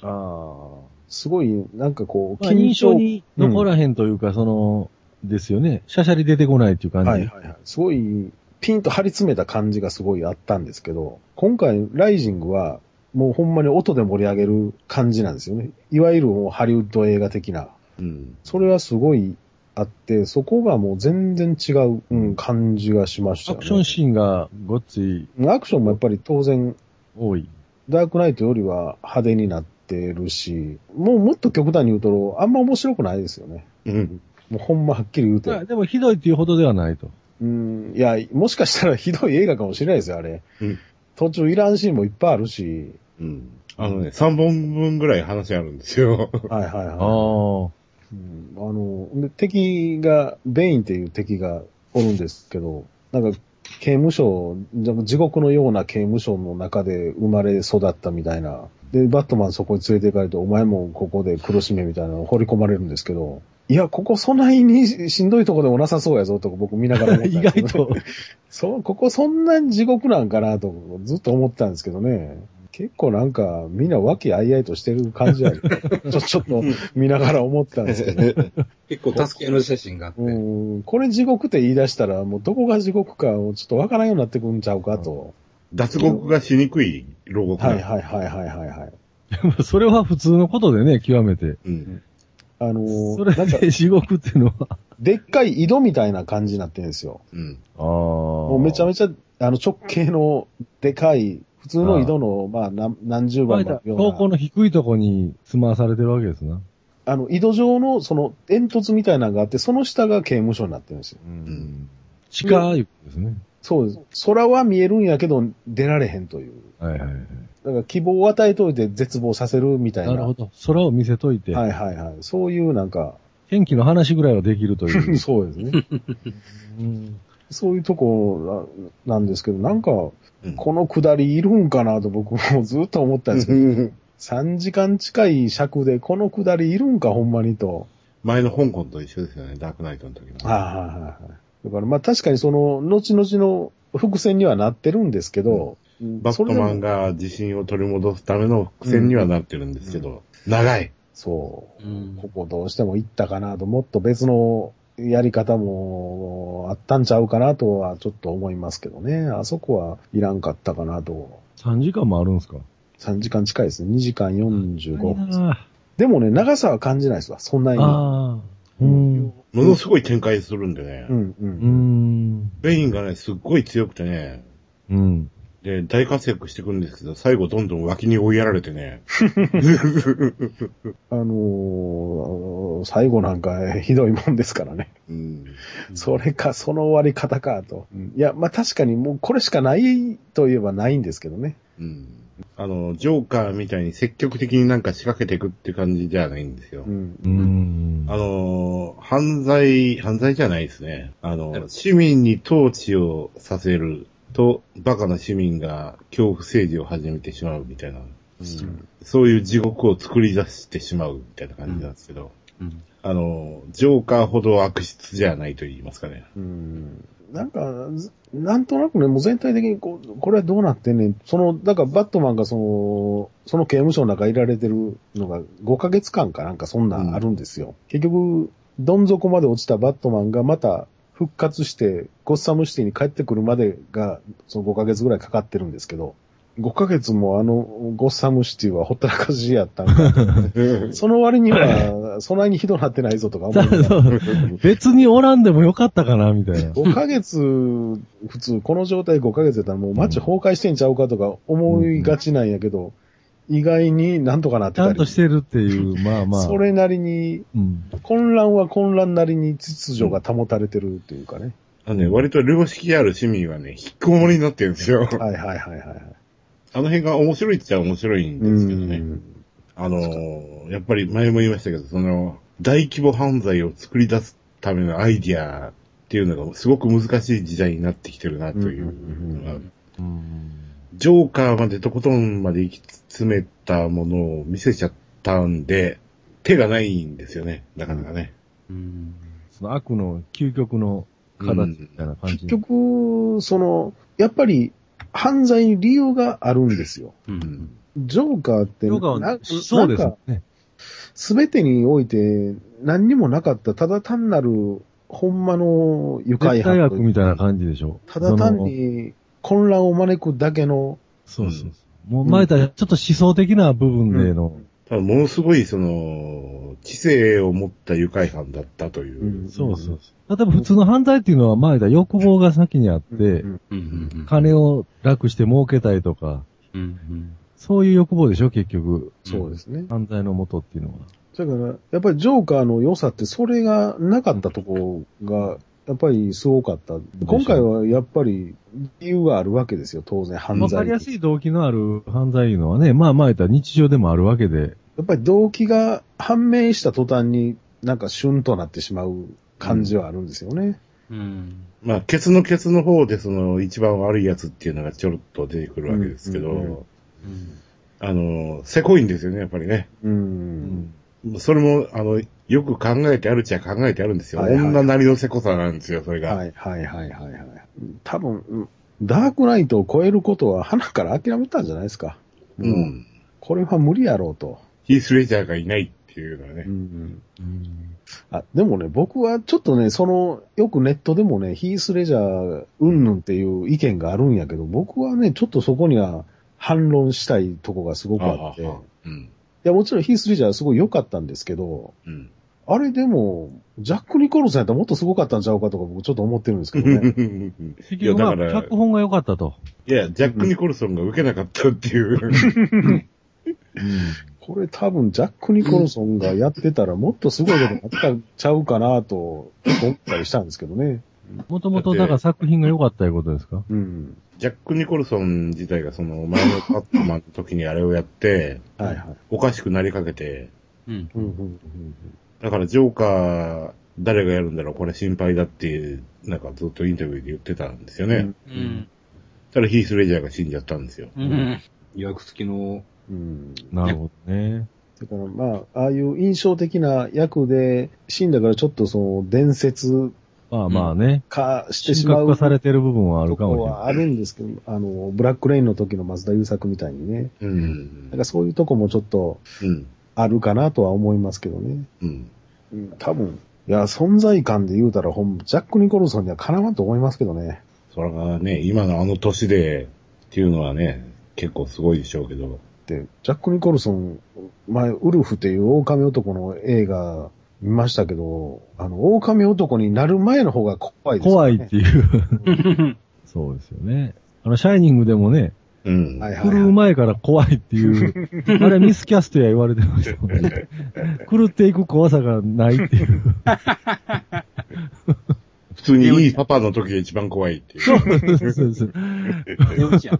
Speaker 5: ああ。すごい、なんかこう、
Speaker 4: まあ、印象に残らへんというか、その、ですよね。シャシャリ出てこないっていう感じ。
Speaker 5: はいはいはい。すごい、ピンと張り詰めた感じがすごいあったんですけど、今回、ライジングは、もうほんまに音で盛り上げる感じなんですよね。いわゆるもうハリウッド映画的な。
Speaker 2: うん。
Speaker 5: それはすごいあって、そこがもう全然違う、うん、感じがしました
Speaker 4: ア
Speaker 5: よね。
Speaker 4: クションシーンがごっつい
Speaker 5: ーン。アクションもやっぱり当然、
Speaker 4: 多い。
Speaker 5: ダークナイトよりは派手になってるし、もうもっと極端に言うと、あんま面白くないですよね。
Speaker 2: うん。
Speaker 5: もうほんまはっきり言うと。
Speaker 4: まあでもひどいっていうほどではないと。
Speaker 5: うん、いや、もしかしたらひどい映画かもしれないですよ、あれ。
Speaker 2: うん
Speaker 5: 途中いらんシーンもいっぱいあるし。
Speaker 2: うん。あのね、3本分ぐらい話あるんです よ。
Speaker 5: はいはい
Speaker 4: あ
Speaker 5: は
Speaker 4: あ。
Speaker 5: い。うんあの、で敵が、ベインっていう敵がおるんですけど、なんか、刑務所、じゃ地獄のような刑務所の中で生まれ育ったみたいな。で、バットマンそこに連れて行かれて、お前もここで苦しめみたいなのを掘り込まれるんですけど、いや、ここそないにしんどいとこでもなさそうやぞとか僕見ながら思ったん
Speaker 4: 意
Speaker 5: ですけ
Speaker 4: 外
Speaker 5: ど
Speaker 4: と。
Speaker 5: そう、ここそんなに地獄なんかなとずっと思ってたんですけどね。結構なんかみんな和気あいあいとしてる感じ やねちょ、ちょっと見ながら思ってたんですけど。
Speaker 3: 結構助け合いの写真があって。
Speaker 5: うん、これ地獄って言い出したらもうどこが地獄かをちょっとわからんようになってくんちゃうかと。
Speaker 2: 脱獄がしにくい牢獄
Speaker 5: はい
Speaker 2: だ。
Speaker 5: はいはいはいはいはい。
Speaker 4: それは普通のことでね、極めて。
Speaker 2: うん。
Speaker 5: あのー
Speaker 4: それ
Speaker 5: なんか
Speaker 4: で地獄っていうのは。
Speaker 5: でっかい井戸みたいな感じになってるんですよ。
Speaker 2: うん。
Speaker 4: ああ。
Speaker 5: も
Speaker 4: も
Speaker 5: うめちゃめちゃあの直径のでかい、普通の井戸の、まあ何何十倍のような。
Speaker 4: 標高の低いとこに住まわされてるわけですな。
Speaker 5: あの、井戸上の、その、煙突みたいなのがあって、その下が刑務所になってるんですよ。
Speaker 2: ん
Speaker 4: 地下いうことですね。
Speaker 5: そうです。空は見えるんやけど、出られへんという。
Speaker 4: はいはいはい。
Speaker 5: だから希望を与えといて絶望させるみたいな。
Speaker 4: なるほど。空を見せといて、
Speaker 5: はいはいはい。そういうなんか、
Speaker 4: 天気の話ぐらいはできるとい う。
Speaker 5: そうで すね。
Speaker 4: うん
Speaker 5: そういうとこななんですけど、なんか、
Speaker 2: うん
Speaker 5: この下りいるんかなと僕もずっと思ったんですけど、
Speaker 2: うん
Speaker 5: 3時間近い尺でこの下りいるんかほんまにと。
Speaker 2: 前の香港と一緒ですよね、ダークナイトの時の。
Speaker 5: はいはいはいはい。だからまあ確かにその、後々の伏線にはなってるんですけど、
Speaker 2: バットマン
Speaker 5: が。
Speaker 2: が自信を取り戻すための伏線にはなってるんですけど、長い。
Speaker 5: そう。
Speaker 7: うん
Speaker 5: ここどうしても行ったかなと、もっと別のやり方もあったんちゃうかなとはちょっと思いますけどね。あそこはいらんかったかなと。
Speaker 4: 3時間もあるんですか
Speaker 5: 3時間近いですね。2時間45分。
Speaker 4: あ
Speaker 5: でもね、長さは感じないですわ。そんな
Speaker 4: ー
Speaker 5: に。う
Speaker 4: あー。うん。
Speaker 2: ものすごい展開するんでね。
Speaker 5: んう。
Speaker 4: うんん。
Speaker 2: ベインがね、すっごい強くてね、
Speaker 4: うん。
Speaker 2: で、大活躍してくんですけど、最後どんどん脇に追いやられてね。
Speaker 5: あのー最後なんか ひどいもんですからね。
Speaker 2: うん。
Speaker 5: それか、その終わり方かと。いや、まあ確かにもうこれしかないといえばないんですけどね。
Speaker 2: うん。あの、ジョーカーみたいに積極的になんか仕掛けていくって感じじゃないんですよ
Speaker 5: う。ん。
Speaker 4: うん。
Speaker 2: あのー、犯罪、犯罪じゃないですね。あの、市民に統治をさせると、バカな市民が恐怖政治を始めてしまうみたいな、そういう地獄を作り出してしまうみたいな感じなんですけど、
Speaker 7: うん
Speaker 2: あのー、ジョーカーほど悪質じゃないと言いますか ね。
Speaker 5: うん。なんか、ずなんとなくね、もう全体的にこう、これはどうなってんねん。その、だからバットマンがその、その刑務所の中いられてるのが5ヶ月間かなんかそんなんあるんですよ。結局、どん底まで落ちたバットマンがまた復活して、ゴッサムシティに帰ってくるまでが、その5ヶ月ぐらいかかってるんですけど、5ヶ月もあの、ゴッサムシティはほったらかしやったんか。その割には、そんなにひどなってないぞとか思いながら
Speaker 4: 別におらんでもよかったかな、みた いな。
Speaker 5: 5ヶ月、普通、この状態5ヶ月やったらもう街崩壊してんちゃうかとか思いがちなんやけど、意外になんとかなって
Speaker 4: ちゃ
Speaker 5: た
Speaker 4: んと
Speaker 5: り。
Speaker 4: してるっていう、まあまあ。
Speaker 5: それなりに、
Speaker 4: うん。
Speaker 5: 混乱は混乱なりに秩序が保たれてるというかね。
Speaker 2: あのね、割と良識ある市民はね、引きこもりになってるんですよ。
Speaker 5: はいはいはいはい。
Speaker 2: あの辺が面白いっちゃ面白いんですけどね。あのーやっぱり前も言いましたけど、その、大規模犯罪を作り出すためのアイディアっていうのがすごく難しい時代になってきてるなというのがジョーカーまでとことんまで行き詰めたものを見せちゃったんで、手がないんですよね、なかなかね。
Speaker 7: うん。
Speaker 4: その悪の究極の形みたいな感じ。
Speaker 5: 結局、その、やっぱり犯罪に理由があるんですよ。
Speaker 7: うん。
Speaker 5: ジョーカーって、
Speaker 4: ヨガ
Speaker 5: な
Speaker 4: は、そうです
Speaker 5: なんか
Speaker 4: ね。
Speaker 5: 全てにおいて何にもなかった、ただ単なる、ほんまの愉快
Speaker 4: 絶対悪
Speaker 5: 犯。
Speaker 4: みたいな感じでしょ。
Speaker 5: ただ単
Speaker 4: その。
Speaker 5: に混乱を招くだけの、
Speaker 4: そうそうそう。もう前からちょっと思想的な部分での、
Speaker 2: ただものすごい、その、知性を持った愉快犯だったという。
Speaker 5: うん
Speaker 4: そうそうそう。例えば普通の犯罪っていうのは前だ欲望が先にあって、
Speaker 5: うん
Speaker 7: うん。うん。
Speaker 4: 金を楽して儲けたいとか、
Speaker 7: うんうん。
Speaker 4: そういう欲望でしょ、結局。
Speaker 5: そうですね。
Speaker 4: 犯罪の元っていうのは。
Speaker 5: だから、やっぱりジョーカーの良さって、それがなかったとこが、やっぱりすごかった。今回はやっぱり理由があるわけですよ、当然、犯
Speaker 4: わ
Speaker 5: 罪。
Speaker 4: かりやすい動機のある犯罪いうのはね、まあ前だ日常でもあるわけで、
Speaker 5: やっぱり動機が判明した途端に、なんかシュンとなってしまう感じはあるんですよね。
Speaker 7: うん。
Speaker 2: まあ、ケツのケツの方で、その、一番悪いやつっていうのがちょろっと出てくるわけですけど、
Speaker 5: うんうんうん
Speaker 2: あの、せこいんですよね、やっぱりね。
Speaker 5: うん。
Speaker 2: それも、あの、よく考えてあるっちゃ考えてあるんですよ。
Speaker 5: はいはい
Speaker 2: 女なりのせこさなんですよ、それが。
Speaker 5: はいはいはいはいはい。多分、うんダークナイトを超えることは花から諦めたんじゃないですか。
Speaker 2: う
Speaker 5: も
Speaker 2: ん。
Speaker 5: これは無理やろうと。
Speaker 2: ヒースレジャーがいないっていうのはね。
Speaker 5: あ、でもね、僕はちょっとね、その、よくネットでもね、ヒースレジャー、うんぬんっていう意見があるんやけど、僕はね、ちょっとそこには反論したいとこがすごくあって、い
Speaker 2: うん。
Speaker 5: や、もちろんヒースレジャーはすごい良かったんですけど、
Speaker 2: うん。
Speaker 5: あれでも、ジャック・ニコルソンやったらもっとすごかったんちゃうかとか僕ちょっと思ってるんですけどね。
Speaker 4: 結
Speaker 2: いや
Speaker 4: 局まあ、
Speaker 2: だから
Speaker 4: 脚本が良かったと。
Speaker 2: いや、ジャック・ニコルソンが受けなかったって いう。
Speaker 5: これ多分ジャック・ニコルソンがやってたらもっとすごいことになったんちゃうかなと思ったりしたんですけどね。
Speaker 4: もともと、だから作品が良かったいうことですか
Speaker 5: うん。
Speaker 2: ジャック・ニコルソン自体がその前のパットマンの時にあれをやって、
Speaker 5: はいはい。
Speaker 2: おかしくなりかけて、
Speaker 7: うん。
Speaker 5: うんうん
Speaker 2: だからジョーカー、誰がやるんだろう、これ心配だって、なんかずっとインタビューで言ってたんですよね。
Speaker 5: うん
Speaker 7: うん。
Speaker 2: ただヒース・レジャーが死んじゃったんですよ。
Speaker 7: うん。予約付きの、
Speaker 5: うんうん
Speaker 4: なるほどね。
Speaker 5: だからまあ、ああいう印象的な役で死んだからちょっとその伝説
Speaker 4: まあまあね。
Speaker 5: 化してし
Speaker 4: 神
Speaker 5: ま
Speaker 4: 格
Speaker 5: う
Speaker 4: 化されてる部分はある
Speaker 5: と
Speaker 4: かも
Speaker 5: こ
Speaker 4: しれない。
Speaker 5: はあるんですけど、あの、ブラックレインの時の松田優作みたいにね。
Speaker 2: う
Speaker 5: なん
Speaker 2: ん
Speaker 5: か。そういうとこもちょっと
Speaker 2: うん。
Speaker 5: あるかなとは思いますけどね。
Speaker 2: うん。
Speaker 5: うん、多分。いや、存在感で言うたら、ほん、ジャック・ニコルソンにはかなわんと思いますけどね。
Speaker 2: それがね、今のあの年でっていうのはね、結構すごいでしょうけど。
Speaker 5: で、ジャック・ニコルソン、前、ウルフっていう狼男の映画見ましたけど、あの、狼男になる前の方が怖いです、ね。
Speaker 4: 怖いっていう。そうですよね。あの、シャイニングでもね、
Speaker 2: うん。
Speaker 5: はいはい
Speaker 4: 来る
Speaker 5: はい。
Speaker 4: 前から怖いっていう、あれはミスキャストや言われてましたもんね。狂っていく怖さがないっていう。
Speaker 2: 普通にいいパパの時が一番怖いっていう。
Speaker 4: そうそうそう
Speaker 7: 寝落ちや。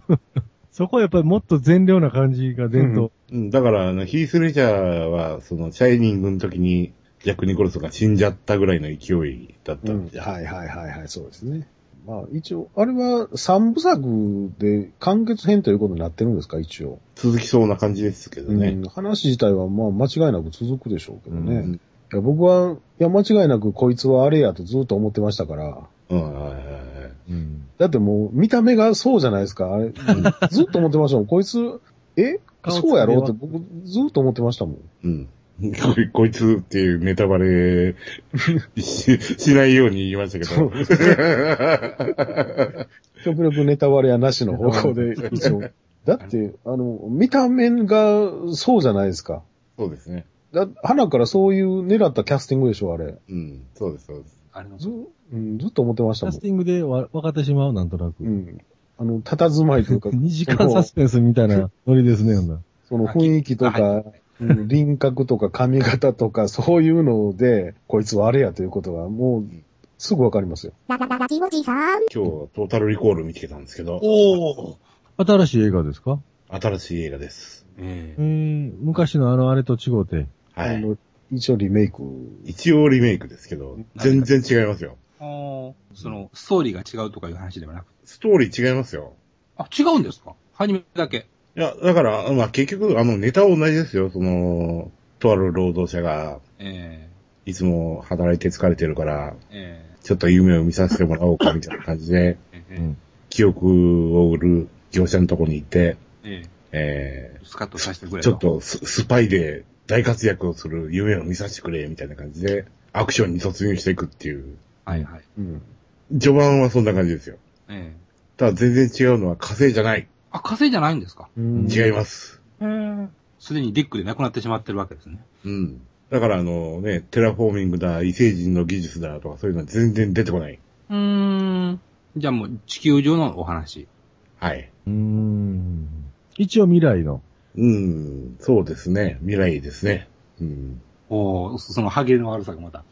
Speaker 4: そこはやっぱりもっと善良な感じが伝統。
Speaker 2: うんだから、あの、ヒース・レジャーは、その、シャイニングの時に、ジャック・ニコルソンが死んじゃったぐらいの勢いだった
Speaker 5: うんん、
Speaker 2: で、
Speaker 5: はいはいはいはい、そうですね。まあ、一応、あれは三部作で完結編ということになってるんですか、一応。
Speaker 2: 続きそうな感じですけど
Speaker 5: う
Speaker 2: ね
Speaker 5: ん。話自体はまあ間違いなく続くでしょうけどね。
Speaker 2: うん
Speaker 5: いや僕は、いや間違いなくこいつはあれやとずっと思ってましたから。
Speaker 2: うん、はいはいはい
Speaker 4: うん
Speaker 5: だってもう見た目がそうじゃないですか。あれずっと思ってましたもん。こいつ、え
Speaker 4: 顔つき
Speaker 5: そうやろ
Speaker 4: は
Speaker 5: って僕ずっと思ってましたもん。
Speaker 2: うん。こいこいつっていうネタバレししないように言いましたけど。
Speaker 5: 極力ネタバレはなしの方向で一応。だって、あの、見た目がそうじゃないですか。
Speaker 2: そうですね。
Speaker 5: だ、花からそういう狙ったキャスティングでしょ、あれ。
Speaker 2: うん。そうです、そうです。
Speaker 7: あれの、
Speaker 5: ず、うん、ずっと思ってまし
Speaker 4: キ
Speaker 5: た
Speaker 4: ャ
Speaker 5: もん
Speaker 4: ス。ティングでわ分かってしまう、なんとなく
Speaker 5: う。ん。あの、佇まいというか、
Speaker 4: 2時間サスペンスみたいなノリですね、ほんなら
Speaker 5: その雰囲気と
Speaker 7: あ
Speaker 5: か、うん輪郭とか髪型とか、そういうので、こいつはあれやということが、もう、すぐわかりますよ。
Speaker 6: ララララジオジさん。
Speaker 2: 今日はトータルリコール見てきたんですけど、
Speaker 7: おお
Speaker 4: 新しい映画ですか
Speaker 2: 新しい映画です。
Speaker 7: え
Speaker 4: えー、昔のあのあれと違うて。
Speaker 2: は
Speaker 5: あ
Speaker 2: い。
Speaker 5: の一応リメイク。
Speaker 2: 一応リメイクですけど、全然違いますよ。
Speaker 7: えその、ストーリーが違うとかいう話ではなくて。
Speaker 2: ストーリー違いますよ。
Speaker 7: あ、違うんですか初めだけ。
Speaker 2: いや、だから、まあ結局、あの、ネタは同じですよ。その、とある労働者が、
Speaker 7: え
Speaker 2: いつも働いて疲れてるから、
Speaker 7: ええ
Speaker 2: ちょっと夢を見させてもらおうか、みたいな感じで、
Speaker 7: えええ
Speaker 4: うん。
Speaker 2: 記憶を売る業者のとこに行って、
Speaker 7: え
Speaker 2: え
Speaker 7: スカッとさせてく
Speaker 2: ー、
Speaker 7: れ
Speaker 2: ちょっとススパイで大活躍をする夢を見させてくれ、みたいな感じで、アクションに突入していくっていう。
Speaker 7: はいはい。
Speaker 5: うん。
Speaker 2: 序盤はそんな感じですよ。
Speaker 7: ええ
Speaker 2: ただ全然違うのは火星じゃない。
Speaker 7: あ、火星じゃないんですか
Speaker 5: うん
Speaker 2: 違います。
Speaker 7: すでにディックでなくなってしまってるわけですね。
Speaker 2: うん。だからあのね、テラフォーミングだ、異星人の技術だとかそういうのは全然出てこない。
Speaker 7: うーん。じゃあもう地球上のお話。
Speaker 2: はい。
Speaker 4: うーん。一応未来の。
Speaker 2: うん、そうですね。未来ですね。うん。
Speaker 7: おおその歯切れの悪さがまた。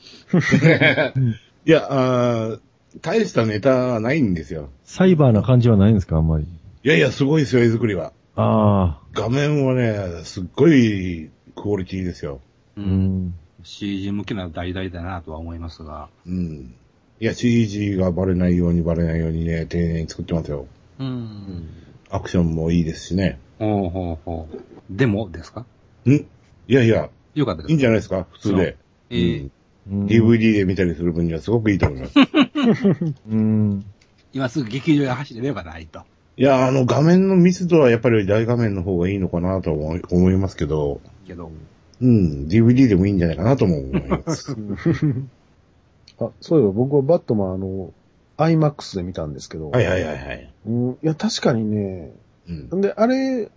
Speaker 2: いや、あー大したネタはないんですよ。
Speaker 4: サイバーな感じはないんですかあんまり。
Speaker 2: いやいや、すごいですよ、絵作りは。
Speaker 4: あ
Speaker 2: 画面はね、すっごいクオリティですよ。
Speaker 7: う
Speaker 4: あ。う。ん。
Speaker 7: CG 向けな題材だなとは思いますが。
Speaker 2: うん。いや、CG がバレないようにバレないようにね、丁寧に作ってますよ。
Speaker 7: うん。
Speaker 2: アクションもいいですしね。
Speaker 7: ほうほうほう。でも、ですか
Speaker 2: んいやいや、
Speaker 7: よかったです。
Speaker 2: いいんじゃないですか普通で。
Speaker 7: えー
Speaker 2: うん
Speaker 4: うん
Speaker 2: DVD で見たりする分にはすごくいいと思います。
Speaker 4: うん。
Speaker 7: 今すぐ劇場へ走れればないと。
Speaker 2: いや、あの、画面の密度はやっぱり大画面の方がいいのかなと思い思いますけど、
Speaker 7: けど。
Speaker 2: うん、DVD でもいいんじゃないかなとも思い ます。
Speaker 5: あ、そういえば僕はバットマン、あの、IMAX で見たんですけど。
Speaker 2: はいはいはいはい。
Speaker 5: うん、いや、確かにね、
Speaker 2: うん、
Speaker 5: で、あれ、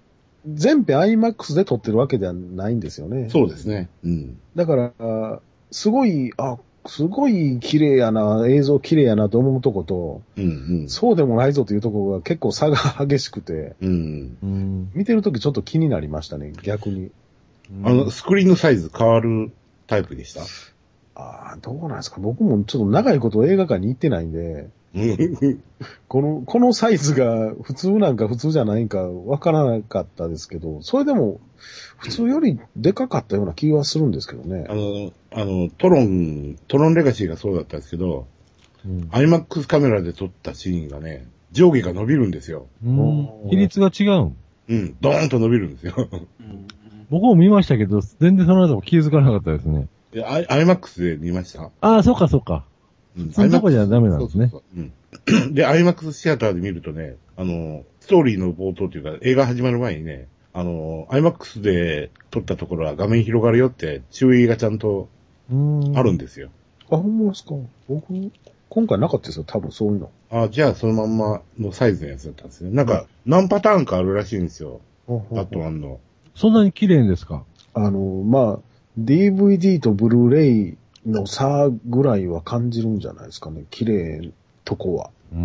Speaker 5: 全編 IMAX で撮ってるわけではないんですよね。
Speaker 2: そうですね。うん。
Speaker 5: だから、あすごい、あ、すごい綺麗やな、映像綺麗やなと思うとこと、
Speaker 2: うんうん。
Speaker 5: そうでもないぞというとこが結構差が激しくて、
Speaker 2: うん。
Speaker 4: うん。
Speaker 5: 見てるときちょっと気になりましたね、逆に。
Speaker 2: あの、スクリーンのサイズ変わるタイプでした。
Speaker 5: ああ、どうなんですか僕もちょっと長いこと映画館に行ってないんで、
Speaker 2: うん。
Speaker 5: この、このサイズが普通なんか普通じゃないんかわからなかったですけど、それでも普通よりでかかったような気はするんですけどね
Speaker 2: あ。の、あの、トロン、トロンレガシーがそうだったんですけど、
Speaker 4: うん。
Speaker 2: IMAX カメラで撮ったシーンがね、上下が伸びるんですよ。
Speaker 4: うん比率が違うん。
Speaker 2: うん。ドーンと伸びるんです よ。
Speaker 4: 僕も見ましたけど、全然その後も気づかなかったですね。
Speaker 2: いやアイ IMAX で見ました
Speaker 4: ああ、そうかそうか。
Speaker 2: うん
Speaker 4: そのとこじゃダメなんですね
Speaker 2: そうそうそううん。で、IMAX シアターで見るとね、あの、ストーリーの冒頭というか、映画始まる前にね、あの、IMAX で撮ったところは画面広がるよって注意がちゃんと
Speaker 4: うん。
Speaker 2: あるんですよ。
Speaker 5: あ、ほんまですか僕、今回なかったですよ、多分そういうの。
Speaker 2: あじゃあそのまんまのサイズのやつだったんですね。なんか、何パターンかあるらしいんですよ。バットマンの。
Speaker 4: そんなに綺麗ですか
Speaker 5: あの、まあ、DVD とブルーレイの差ぐらいは感じるんじゃないですかね。綺麗とこは。
Speaker 4: う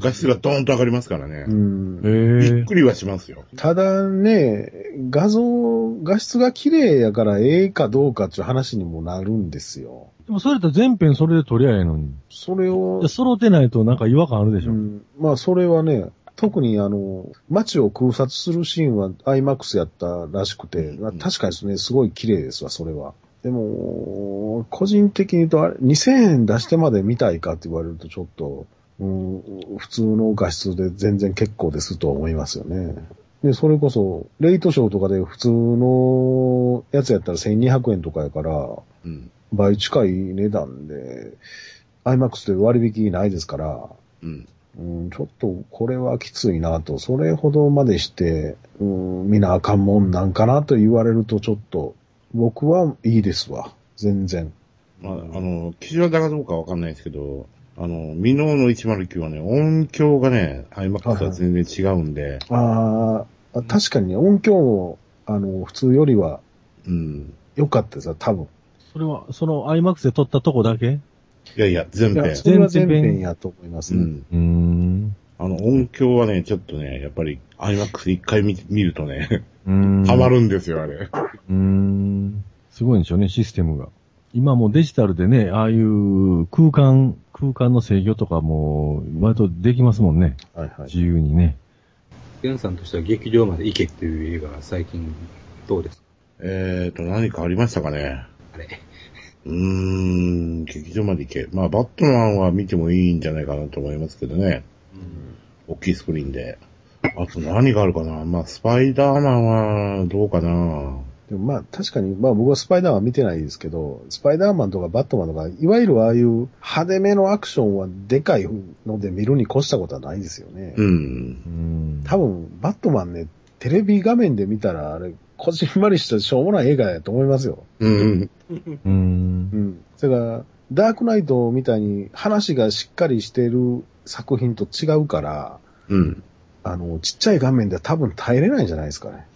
Speaker 2: 画質がドーンと上がりますから
Speaker 5: う
Speaker 2: ね。
Speaker 5: ん。
Speaker 2: び
Speaker 4: え
Speaker 2: っくりはしますよ。
Speaker 5: ただね、画像、画質が綺麗やからええかどうかっていう話にもなるんですよ。
Speaker 4: でもそれやったら全編それで撮りゃええのに。
Speaker 5: それを
Speaker 4: で、揃ってないとなんか違和感あるでしょ。
Speaker 5: うん、まあそれはね、特にあの、街を空撮するシーンは IMAX やったらしくて、
Speaker 2: うんうん
Speaker 5: 確かにですね、すごい綺麗ですわ、それは。でも、個人的に言うと、あれ、2000円出してまで見たいかって言われるとちょっと、うん、普通の画質で全然結構ですとは思いますよね。で、それこそ、レイトショーとかで普通のやつやったら1200円とかやから、
Speaker 2: うん。
Speaker 5: 倍近い値段で、IMAX で割引ないですから、
Speaker 2: うん。
Speaker 5: うん、ちょっとこれはきついなと、それほどまでして、うん、見なあかんもんなんかなと言われるとちょっと、僕はいいですわ。全然。
Speaker 2: まあ、あの、基準だかどうかわかんないですけど、あの、ミノーの109はね、音響がね、IMAX とは全然違うんで、
Speaker 5: あーあ、確かにね音響も、あの、普通よりは
Speaker 2: うん。
Speaker 5: 良かったですわ多分。
Speaker 4: それは、その IMAX で撮ったとこだけ
Speaker 2: いやいや、全
Speaker 5: い
Speaker 2: 編
Speaker 5: や、。それは全編やと思いま
Speaker 2: う
Speaker 5: すね。
Speaker 2: ん。
Speaker 4: うーん。
Speaker 2: あの、音響はね、ちょっとね、やっぱり、IMAX で一回見見るとね、
Speaker 4: うーん。
Speaker 2: ハマるんですよ、あれ。
Speaker 4: うーん。すごいんでしょうね、システムが。今もうデジタルでね、ああいう空間、空間の制御とかも、割とできますもんね。
Speaker 5: はいはい。
Speaker 4: 自由にね。
Speaker 7: ゲンさんとしては劇場まで行けっていう映画が最近どうですか
Speaker 2: えーと、何かありましたかね。
Speaker 7: あれ。
Speaker 2: うーん、劇場まで行け。まあ、バットマンは見てもいいんじゃないかなと思いますけどね。大きいスクリーンで。あと何があるかなまあ、スパイダーマンはどうかな
Speaker 5: でもまあ確かに、まあ僕はスパイダーマン見てないですけど、スパイダーマンとかバットマンとか、いわゆるああいう派手めのアクションはでかいので見るに越したことはないですよね。
Speaker 2: うん。
Speaker 4: うん。
Speaker 5: 多分、バットマンね、テレビ画面で見たら、あれ、こじんまりしたしょうもない映画やと思いますよ。
Speaker 2: うん。
Speaker 4: うーん
Speaker 5: う。ん。それから、ダークナイトみたいに話がしっかりしてる作品と違うから、
Speaker 2: うん。
Speaker 5: あの、ちっちゃい画面では多分耐えれないんじゃないですかね。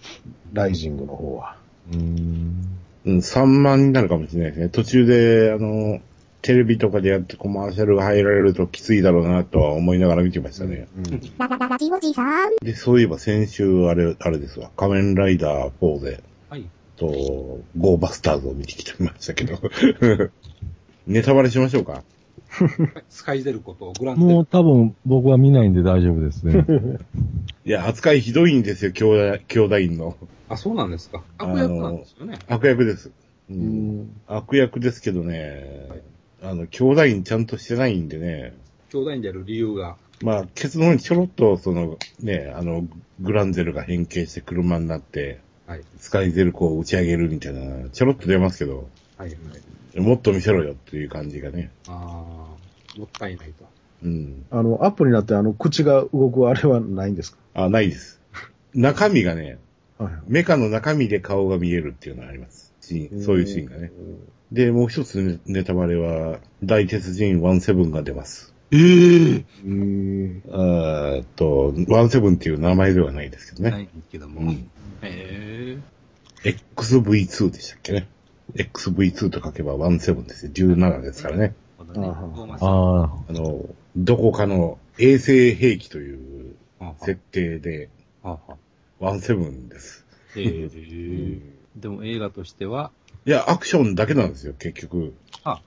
Speaker 5: ライジングの方は。
Speaker 4: うーん。
Speaker 2: うん、3万になるかもしれないですね。途中で、あの、テレビとかでやってコマーシャルが入られるときついだろうなとは思いながら見てましたね。
Speaker 5: うん
Speaker 6: ララララジオジさん。
Speaker 2: で、そういえば先週、あれ、あれですわ。仮面ライダー4で、
Speaker 7: はい。
Speaker 2: と、ゴーバスターズを見てきてましたけど。 ネタバレしましょうか。
Speaker 7: スカイゼルコとグランデ
Speaker 4: もう多分僕は見ないんで大丈夫です ね。
Speaker 2: いや、扱いひどいんですよ、兄弟、兄弟院の。
Speaker 7: あ、そうなんですか。悪役なんですよね。
Speaker 2: 悪役です。う、
Speaker 5: うんん。
Speaker 2: 悪役ですけどね、あの、兄弟院ちゃんとしてないんでね、
Speaker 7: 兄弟である理由が。
Speaker 2: まあ、結論にちょろっと、その、ね、あの、グランゼルが変形して車になって、
Speaker 7: はい。
Speaker 2: スカイゼルコを打ち上げるみたいな、ちょろっと出ますけど、
Speaker 7: はい。はい。
Speaker 2: もっと見せろよっていう感じがね。
Speaker 7: ああ、もったいないと。
Speaker 2: うん。
Speaker 5: あの、アップになってあの、口が動くあれはないんですか
Speaker 2: あ、ないです。中身がね、
Speaker 5: はい。
Speaker 2: メカの中身で顔が見えるっていうのはあります。シーンそういうシーンがね。で、もう一つネネタバレは、大鉄人17が出ます。
Speaker 5: うん。
Speaker 2: あーっと、17っていう名前ではないですけどね。
Speaker 7: ないけど
Speaker 2: う
Speaker 7: も。
Speaker 2: ん。
Speaker 7: へえ。
Speaker 2: XV2 でしたっけね。XV2 と書けば17ですよ。17ですからね。
Speaker 7: なるほどね
Speaker 5: あー
Speaker 7: トーマス
Speaker 4: あ
Speaker 2: あの、どこかの衛星兵器という
Speaker 7: あは
Speaker 2: 設定で
Speaker 7: あはあ
Speaker 2: 17です。
Speaker 7: へえ。でも映画としては、
Speaker 2: いや、アクションだけなんですよ、結局。
Speaker 7: あ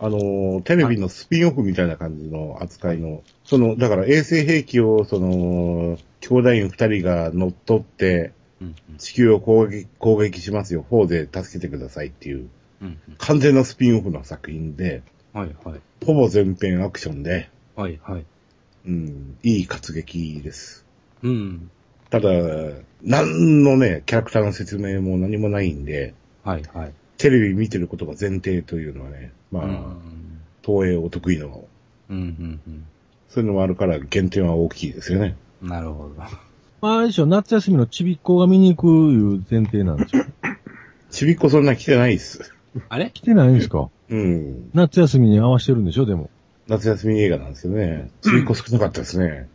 Speaker 2: あの、テレビのスピンオフみたいな感じの扱いの、その、だから衛星兵器を、その、兄弟員二人が乗っ取って、
Speaker 7: うん
Speaker 2: 地球を攻撃、攻撃しますよ、4で助けてくださいっていう、
Speaker 7: うん。うんうん
Speaker 2: 完全なスピンオフの作品で、
Speaker 7: はいはい。
Speaker 2: ほぼ全編アクションで、
Speaker 7: はいはい。
Speaker 2: うん、いい活劇です。
Speaker 7: うん。
Speaker 2: ただ、何のね、キャラクターの説明も何もないんで、
Speaker 7: はいはい。
Speaker 2: テレビ見てることが前提というのはね、まあ、
Speaker 7: うん。
Speaker 2: 東映お得意の、
Speaker 7: うんうん
Speaker 2: そういうのもあるから減点は大きいですよね。
Speaker 7: うん。なるほど。
Speaker 4: あ。まあ、あれでしょ、夏休みのちびっ子が見に行くいう前提なんですよ。
Speaker 2: ちびっこそんな来てないっす。
Speaker 7: あれ
Speaker 4: 来てないんですか
Speaker 2: うん。
Speaker 4: 夏休みに合わせてるんでしょ、でも。
Speaker 2: 夏休み映画なんですよね。ちびっこ少なかったですね。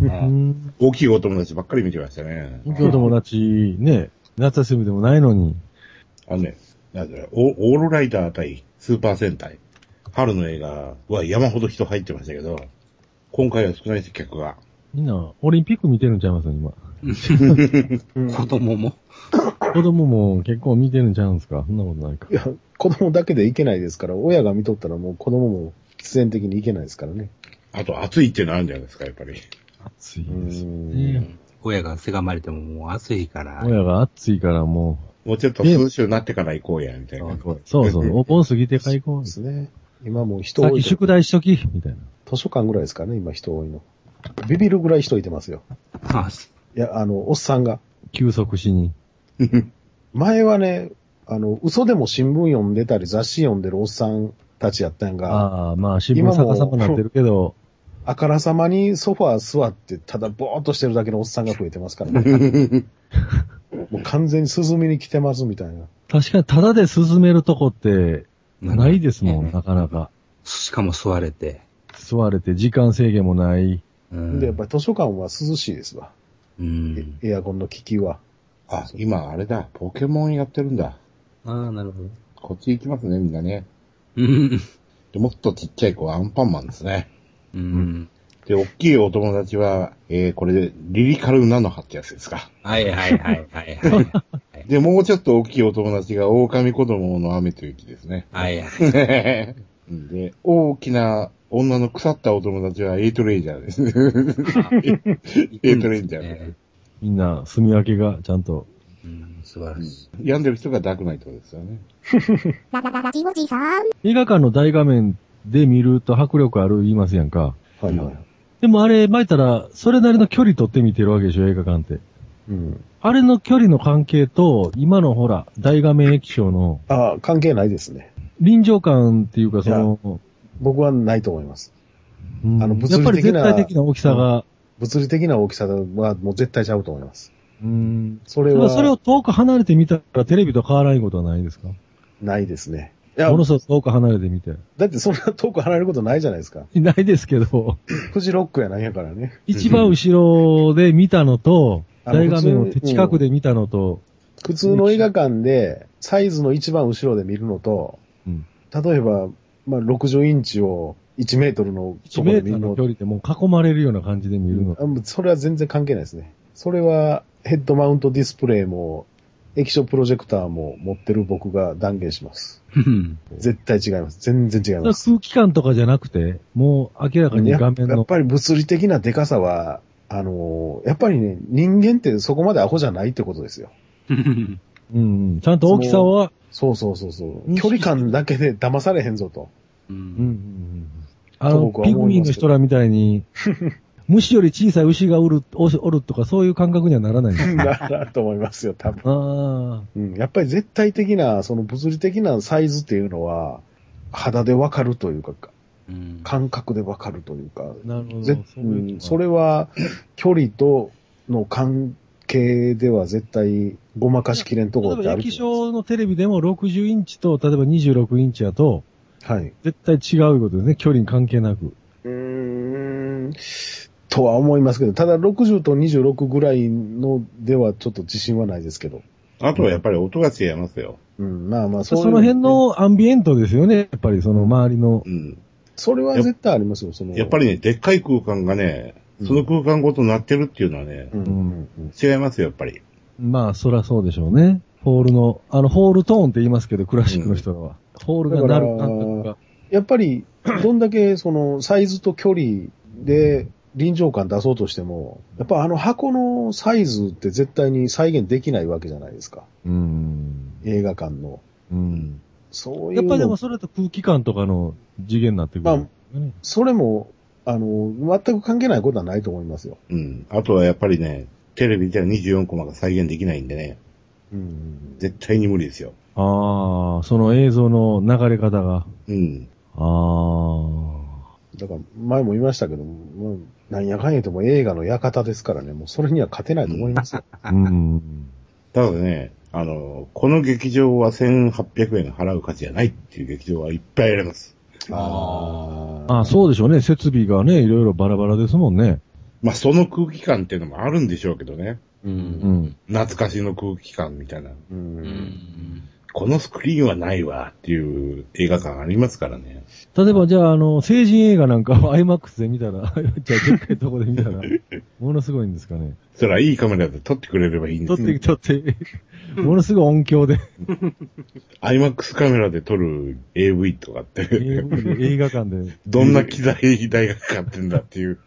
Speaker 4: う
Speaker 7: あ
Speaker 4: ん。
Speaker 2: 大きいお友達ばっかり見てましたね。
Speaker 4: 今日友達、ね、夏休みでもないのに。
Speaker 2: あのね、なんだろうオオールライダー対スーパー戦隊。春の映画は山ほど人入ってましたけど、今回は少ないです、客が。
Speaker 4: みんな、オリンピック見てるんちゃいます今。
Speaker 7: 子供も
Speaker 4: 子供も結構見てるんちゃうんすかそんなことないか
Speaker 5: い。や、子供だけでいけないですから、親が見とったらもう子供も必然的にいけないですからね。
Speaker 2: あと暑いっていうのあるんじゃないですか、やっぱり。
Speaker 4: 暑いですよ
Speaker 5: ん
Speaker 4: ね。
Speaker 7: 親がせがまれてももう暑いから。
Speaker 4: 親が暑いからも
Speaker 2: もうちょっと涼しゅうなってから行こうや、みたいな。
Speaker 4: う、そうそう、お盆過ぎてから行こ
Speaker 5: そう
Speaker 4: う
Speaker 5: で。すね。今もう人
Speaker 4: さっ
Speaker 5: 多
Speaker 4: き
Speaker 5: い。図
Speaker 4: 宿題しときみたいな。
Speaker 5: 書館ぐらいですからね、今人多いの。ビビるぐらい人いてますよ。
Speaker 7: あ
Speaker 5: いや、あの、おっさんが。
Speaker 4: 休息しに。
Speaker 5: 前はね、あの、嘘でも新聞読んでたり雑誌読んでるおっさんたちやったんが、
Speaker 4: ああ、まあ、新聞逆さまなってるけど、
Speaker 5: あからさまにソファー座って、ただぼーっとしてるだけのおっさんが増えてますからね。もう完全に涼みに来てますみたいな。
Speaker 4: 確かにタダで進めるとこって、ないですも
Speaker 7: うん
Speaker 4: ん、なかなか。
Speaker 7: しかも座れて。
Speaker 4: 座れて時間制限もない。
Speaker 7: うん
Speaker 5: で、やっぱり図書館は涼しいですわ。
Speaker 7: うん。
Speaker 5: エアコンの効きは。
Speaker 2: あ、今あれだ、ポケモンやってるんだ。
Speaker 7: ああ、なるほど。
Speaker 2: こっち行きますね、みんなね。
Speaker 7: うん。
Speaker 2: でもっとちっちゃい子はアンパンマンですね。
Speaker 7: うん。
Speaker 2: で、大きいお友達は、えー、これで、リリカルナノハってやつですか。
Speaker 7: はいはいはいはいはい。
Speaker 2: で、もうちょっと大きいお友達が、狼子供の雨と雪ですね。
Speaker 7: はいはい。
Speaker 2: で、大きな女の腐ったお友達は、エイトレイジャーですね。エイトレイジャーね。
Speaker 4: みんな、住み分けがちゃんと。
Speaker 7: うん、素晴らしい。
Speaker 2: 病んでる人がダークナイトですよね。
Speaker 6: ララララジオジさん。
Speaker 4: 映画館の大画面で見ると迫力ある言いますやんか。
Speaker 5: はいはい。
Speaker 4: でもあれ、巻いたら、それなりの距離取って見てるわけでしょ、映画館って。
Speaker 5: うん。
Speaker 4: あれの距離の関係と、今のほら、大画面液晶の
Speaker 5: ああ、関係ないですね。
Speaker 4: 臨場感っていうか、その、
Speaker 5: 僕はないと思います。
Speaker 4: うん
Speaker 5: あの物
Speaker 4: やっぱり
Speaker 5: 理的
Speaker 4: 絶
Speaker 5: な
Speaker 4: 対的な大きさが、
Speaker 5: 物理的な大きさはもう絶対ちゃうと思います。
Speaker 4: うん。
Speaker 5: それ
Speaker 4: それ
Speaker 5: は
Speaker 4: は、それを遠く離れて見たらテレビと変わらないことはないですか
Speaker 5: ないですね。いや
Speaker 4: も、のすごく遠く離れて見て。
Speaker 5: だってそんな遠く離れることないじゃないですか。
Speaker 4: いないですけど、
Speaker 5: フジロックやなんやから ね。
Speaker 4: 一番後ろで見たのと、
Speaker 5: あの
Speaker 4: 大画面を
Speaker 5: 普通に
Speaker 4: 近くで見たのと、
Speaker 5: 普通の映画館で、サイズの一番後ろで見るのと、
Speaker 4: うん
Speaker 5: 例えば、まあ、60インチを1メートルの
Speaker 4: 1
Speaker 5: ところ
Speaker 4: メ
Speaker 5: で見
Speaker 4: ータ
Speaker 5: る
Speaker 4: ーの
Speaker 5: の
Speaker 4: 距離でもう囲まれるような感じで見るの。
Speaker 5: あもうそれは全然関係ないですね。それは、ヘッドマウントディスプレイも、液晶プロジェクターも持ってる僕が断言します。絶対違います。全然違い
Speaker 4: それ
Speaker 5: ま
Speaker 4: は
Speaker 5: す。
Speaker 4: 空気感とかじゃなくて、もう明らかに
Speaker 5: や
Speaker 4: 画面
Speaker 5: やっ
Speaker 4: の、
Speaker 5: ぱり物理的なデカさは、あのーやっぱりね、人間ってそこまでアホじゃないってことですよ。
Speaker 4: うんうん、ちゃんと大きさは、
Speaker 5: そうそうそうそう。
Speaker 4: 認識
Speaker 5: 距離感だけで騙されへんぞ と。
Speaker 4: うんうんうんあの、
Speaker 5: 僕は
Speaker 4: ピグ
Speaker 5: 思
Speaker 4: ミ
Speaker 5: い
Speaker 4: ー
Speaker 5: ます
Speaker 4: の人らみた いに、虫より小さい牛がおる、おおるとかそういう感覚にはならな いんですよ。
Speaker 5: だなと思いますよ、多分。
Speaker 4: ああ、
Speaker 5: うん。やっぱり絶対的な、その物理的なサイズっていうのは、肌でわかるというか、
Speaker 7: うん
Speaker 5: 感覚でわかるというか、
Speaker 4: なるほど。
Speaker 5: ぜ
Speaker 4: そう
Speaker 5: う
Speaker 4: いうん
Speaker 5: それは、距離との関係では絶対ごまかしきれんところって
Speaker 4: 例えば
Speaker 5: ある
Speaker 4: 液
Speaker 5: と思い
Speaker 4: 晶のテレビでも60インチと、例えば26インチやと、
Speaker 5: ます。はい。
Speaker 4: 絶対違うことですね。距離に関係なく。
Speaker 5: うーん、とは思いますけど、ただ60と26ぐらいのではちょっと自信はないですけど。
Speaker 2: あとはやっぱり音が違いますよ。
Speaker 5: うん、まあまあ、
Speaker 4: そう
Speaker 5: いう
Speaker 4: の辺。のアンビエントですよね。やっぱりその周りの。
Speaker 2: うん。
Speaker 5: それは絶対ありますよ、その。
Speaker 2: やっぱりね、でっかい空間がね、その空間ごとなってるっていうのはね
Speaker 5: う、ん。うん、うん。
Speaker 2: 違いますよ、やっぱり。
Speaker 4: まあ、そらそうでしょうね。ホールの、あの、ホールトーンって言いますけど、クラシックの人らは。ホールが鳴る感覚が。
Speaker 5: やっぱり、どんだけそのサイズと距離で臨場感出そうとしても、やっぱあの箱のサイズって絶対に再現できないわけじゃないですか。
Speaker 4: うん。
Speaker 5: 映画館の。
Speaker 4: うん。
Speaker 5: そうい
Speaker 4: や
Speaker 5: う
Speaker 4: っ
Speaker 5: の。
Speaker 4: ぱでもそれと空気感とかの次元になってくる。
Speaker 5: まそれも、あの、全く関係ないことはないと思いますよ。
Speaker 2: うん。あとはやっぱりね、テレビでは24コマが再現できないんでね、
Speaker 5: うん。
Speaker 2: 絶対に無理ですよ。
Speaker 4: ああ、その映像の流れ方が。
Speaker 2: うん。
Speaker 4: ああ。
Speaker 5: だから、前も言いましたけど、もうなんやかんやとも映画の館ですからね、もうそれには勝てないと思いますよ。
Speaker 4: うん。
Speaker 2: ただね、あの、この劇場は1800円払う価値じゃないっていう劇場はいっぱいあります。
Speaker 5: あ
Speaker 4: あそうでしょうね。設備がね、いろいろバラバラですもんね。
Speaker 2: まあ、その空気感っていうのもあるんでしょうけどね。
Speaker 5: う。
Speaker 4: うんん。
Speaker 2: 懐かしの空気感みたいな。
Speaker 5: う。
Speaker 7: うんん
Speaker 2: このスクリーンはないわっていう映画館ありますからね。
Speaker 4: 例えば、じゃあ、あの、成人映画なんかは IMAX で見たら、 じゃあ、でっかいとこで見たら、ものすごいんですかね。
Speaker 2: それはいいカメラで撮ってくれればいいん
Speaker 4: 撮
Speaker 2: で
Speaker 4: っ
Speaker 2: すよ
Speaker 4: て、。撮って、ものすごい音響で、
Speaker 2: IMAX カメラで撮る AV とかって、
Speaker 4: AV で映画館で、
Speaker 2: どんな機材大学買ってんだっていう。